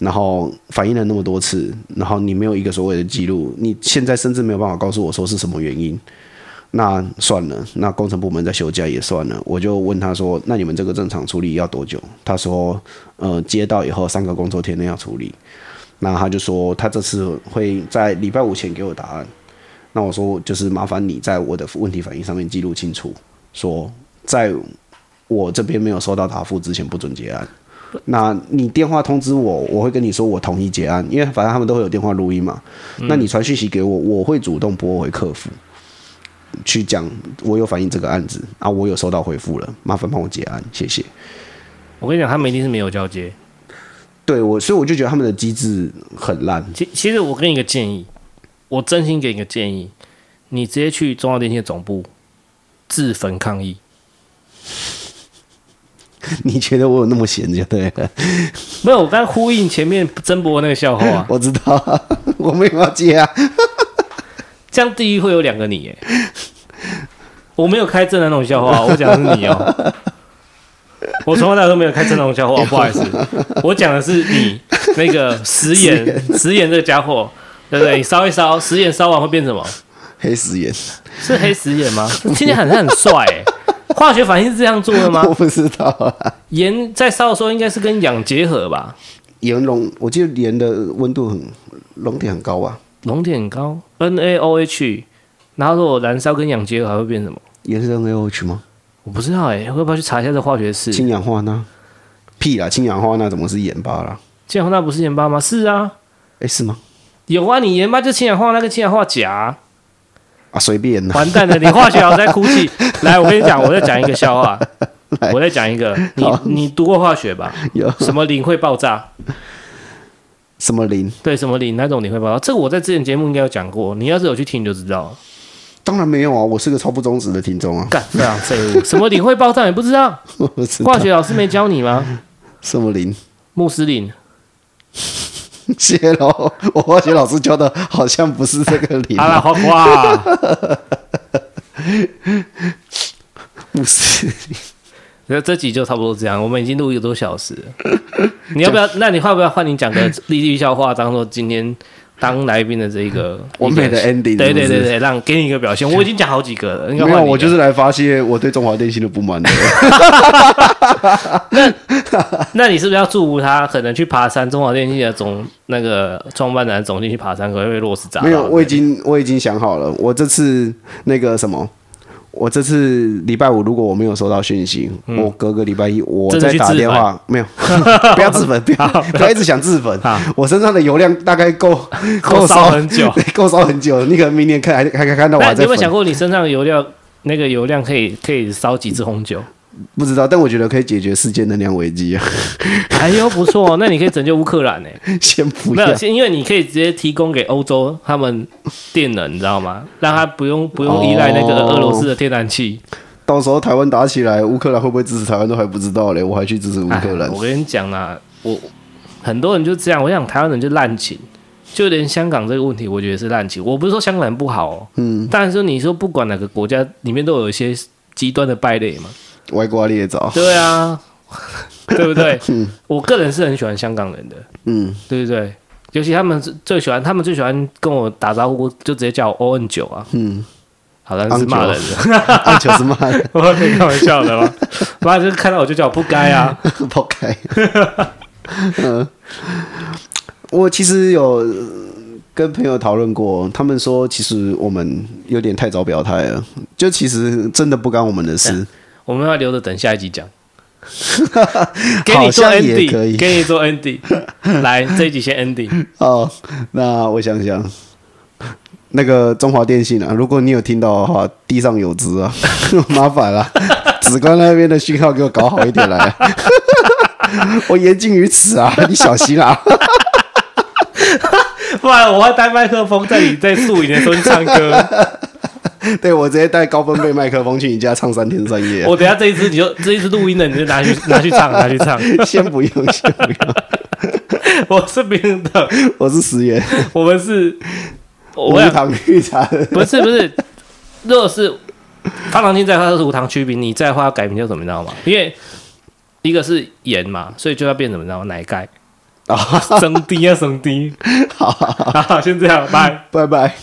Speaker 2: 然后反映了那么多次，然后你没有一个所谓的记录，你现在甚至没有办法告诉我说是什么原因，那算了，那工程部门在休假也算了。我就问他说：“那你们这个正常处理要多久？”他说：“呃，接到以后三个工作天内要处理。”那他就说他这次会在礼拜五前给我答案。那我说就是麻烦你在我的问题反应上面记录清楚，说在我这边没有收到答复之前不准结案。那你电话通知我，我会跟你说我同意结案，因为反正他们都会有电话录音嘛。那你传讯息给我，我会主动拨回客服。去讲我有反映这个案子啊，我有收到回复了，麻烦帮我结案，谢谢。
Speaker 1: 我跟你讲，他们一定是没有交接。
Speaker 2: 对我，所以我就觉得他们的机制很烂。 (laughs)
Speaker 1: 其其实我给你一个建议，我真心给你一个建议，你直接去中华电信的总部自焚抗议。
Speaker 2: 你觉得我有那么闲就对了，
Speaker 1: 没有，我刚才呼应前面曾博那个笑话、啊，
Speaker 2: 我知道 (laughs) 啊，我没有要接啊。
Speaker 1: 这样地狱会有两个你耶。我没有开正南那种笑话，我讲的是你哦。我从头到尾都没有啊开正南那种笑话，不好意思，我讲的是你那个食盐，食盐这个家伙，对不对？你烧一烧，食盐烧完会变什么？
Speaker 2: 黑死眼，
Speaker 1: 是黑食盐吗？听起来很像很帅耶。化学反应是这样做的吗
Speaker 2: 我？不知道啊。
Speaker 1: 盐在烧的时候应该是跟氧结合吧？
Speaker 2: 盐溶，我记得盐的温度很熔点很高吧？
Speaker 1: 熔点很高，NaOH，然后如果燃烧跟氧结合还会变什么？
Speaker 2: 盐是 NaOH 吗？
Speaker 1: 我不知道哎、欸，我要不要去查一下这化学式？
Speaker 2: 氢氧化钠？屁啦，氢氧化钠怎么是盐巴啦？
Speaker 1: 氢氧化钠不是盐巴吗？是啊，
Speaker 2: 哎、是吗？
Speaker 1: 有啊，你盐巴就氢氧化钠跟氢氧化钾啊，
Speaker 2: 啊，随便啦。
Speaker 1: 完蛋了，你化学老师在哭泣。来，我跟你讲，我再讲一个笑话，啊我再讲一个，你你读过化学吧？
Speaker 2: 有
Speaker 1: 什么磷会爆炸？
Speaker 2: 什么磷？
Speaker 1: 对，什么磷哪种磷会爆炸？这个我在之前节目应该有讲过，你要是有去听你就知道了。
Speaker 2: 当然没有啊，我是个超不忠实的听众啊。 (laughs)
Speaker 1: 干，非常废物，什么磷会爆炸你不知道？
Speaker 2: 我不知道
Speaker 1: 化学老师没教你吗？
Speaker 2: 什么磷。
Speaker 1: 穆斯林。
Speaker 2: 谢喽，我化学老师教的好像不是这个理
Speaker 1: 阿拉花花，
Speaker 2: 不是
Speaker 1: 那这集就差不多这样，我们已经录一个多小时了。 (laughs) 你要不要？那你要不要换你讲个励志笑话，当做今天当来宾的这个
Speaker 2: 嗯完美的
Speaker 1: 一个
Speaker 2: ending
Speaker 1: 对对对
Speaker 2: 是不是
Speaker 1: 对，让给你一个表现。我已经讲好几个了，应该
Speaker 2: 没
Speaker 1: 换
Speaker 2: 有，
Speaker 1: 你
Speaker 2: 我
Speaker 1: 讲
Speaker 2: 就是来发泄我对中华电信的不满
Speaker 1: (laughs)
Speaker 2: 的。
Speaker 1: 那你是不是要祝福他？可能去爬山，中华电信的总那个创办人总经去爬山，可能会落石砸到。
Speaker 2: 没有，我已经我已经想好了，我这次那个什么。我这次礼拜五如果我没有收到讯息，我隔个礼拜一我
Speaker 1: 嗯真的
Speaker 2: 再
Speaker 1: 去
Speaker 2: 打
Speaker 1: 自
Speaker 2: 电
Speaker 1: 焚
Speaker 2: 话，没有， (laughs) 不要自焚，不要不要一直想自焚
Speaker 1: 好，
Speaker 2: 我身上的油量大概够
Speaker 1: 够烧
Speaker 2: 烧
Speaker 1: 很久
Speaker 2: 对 (laughs) 够烧很久了。你可能明年看还还还看到我
Speaker 1: 那
Speaker 2: 还
Speaker 1: 你有
Speaker 2: 在
Speaker 1: 没有想
Speaker 2: 焚，
Speaker 1: 过，你身上的油量那个油量可以可以烧几支红
Speaker 2: (laughs)
Speaker 1: 酒？
Speaker 2: 不知道，但我觉得可以解决世界能量危机啊， (laughs)
Speaker 1: 哎呦，不错，那你可以拯救乌克兰呢、欸
Speaker 2: 先不
Speaker 1: 没
Speaker 2: 要
Speaker 1: 有，。是因为你可以直接提供给欧洲他们电能，你知道吗？让他不用不用依赖那个
Speaker 2: 哦
Speaker 1: 俄罗斯的天然气。
Speaker 2: 到时候台湾打起来，乌克兰会不会支持台湾都还不知道嘞，我还去支持乌克
Speaker 1: 哎
Speaker 2: 兰。
Speaker 1: 我跟你讲啦，我很多人就这样，我想台湾人就滥情，就连香港这个问题，我觉得是滥情。我不是说香港人不好哦，嗯，但是说你说不管哪个国家里面都有一些极端的败类嘛，
Speaker 2: 歪瓜裂枣，
Speaker 1: 对啊，嗯对 (laughs) 不对？我个人是很喜欢香港人的，
Speaker 2: 嗯，
Speaker 1: 对不对？尤其他们是最喜欢，他们最喜欢跟我打招呼，就直接叫我 ON 九啊，
Speaker 2: 嗯， (laughs)
Speaker 1: 好像是骂人的，
Speaker 2: 按球是骂的，
Speaker 1: (laughs) 我可以开玩笑的 (laughs) 吗？妈就是看到我就叫我不该啊，
Speaker 2: 跑开。 (laughs) 嗯，我其实有呃跟朋友讨论过，他们说其实我们有点太早表态了，就其实真的不干我们的事。
Speaker 1: (laughs) 我们要留着等下一集 (laughs) 讲。给你
Speaker 2: 好
Speaker 1: 做
Speaker 2: 像也可
Speaker 1: ending，
Speaker 2: 以
Speaker 1: 给你做 (laughs) ending，来这一集先 ending。
Speaker 2: 哦，那我想想。那个中华电信啊，如果你有听到的话，地上有知啊， (laughs) 麻烦了、紫光那边的讯号给我搞好一点来啊、 (laughs) 我言尽于此啊，你小心啊。
Speaker 1: 不然我会带麦克风在你在录影的时候去唱歌。
Speaker 2: (laughs) 对我直接带高分贝麦克风去你家唱三天三夜啊、
Speaker 1: (laughs) 我等一下这一次你 (laughs) 就这一次录音的你就拿去拿去唱拿去唱。
Speaker 2: 先不用，先不用，
Speaker 1: (laughs) 我是别人的，
Speaker 2: 我是石原，
Speaker 1: 我们是，
Speaker 2: 无
Speaker 1: 我想
Speaker 2: 糖绿茶的。
Speaker 1: (laughs) 不是不是，如果是方唐镜在的话，它是无糖曲饼，你在的话要改名叫什么，你知道吗？因为一个是盐嘛，所以就要变什么，你知道吗？奶盖。
Speaker 2: 啊，
Speaker 1: (laughs) 升低啊，升低。 (laughs)
Speaker 2: 好，
Speaker 1: 好，先这样，拜。
Speaker 2: 拜拜。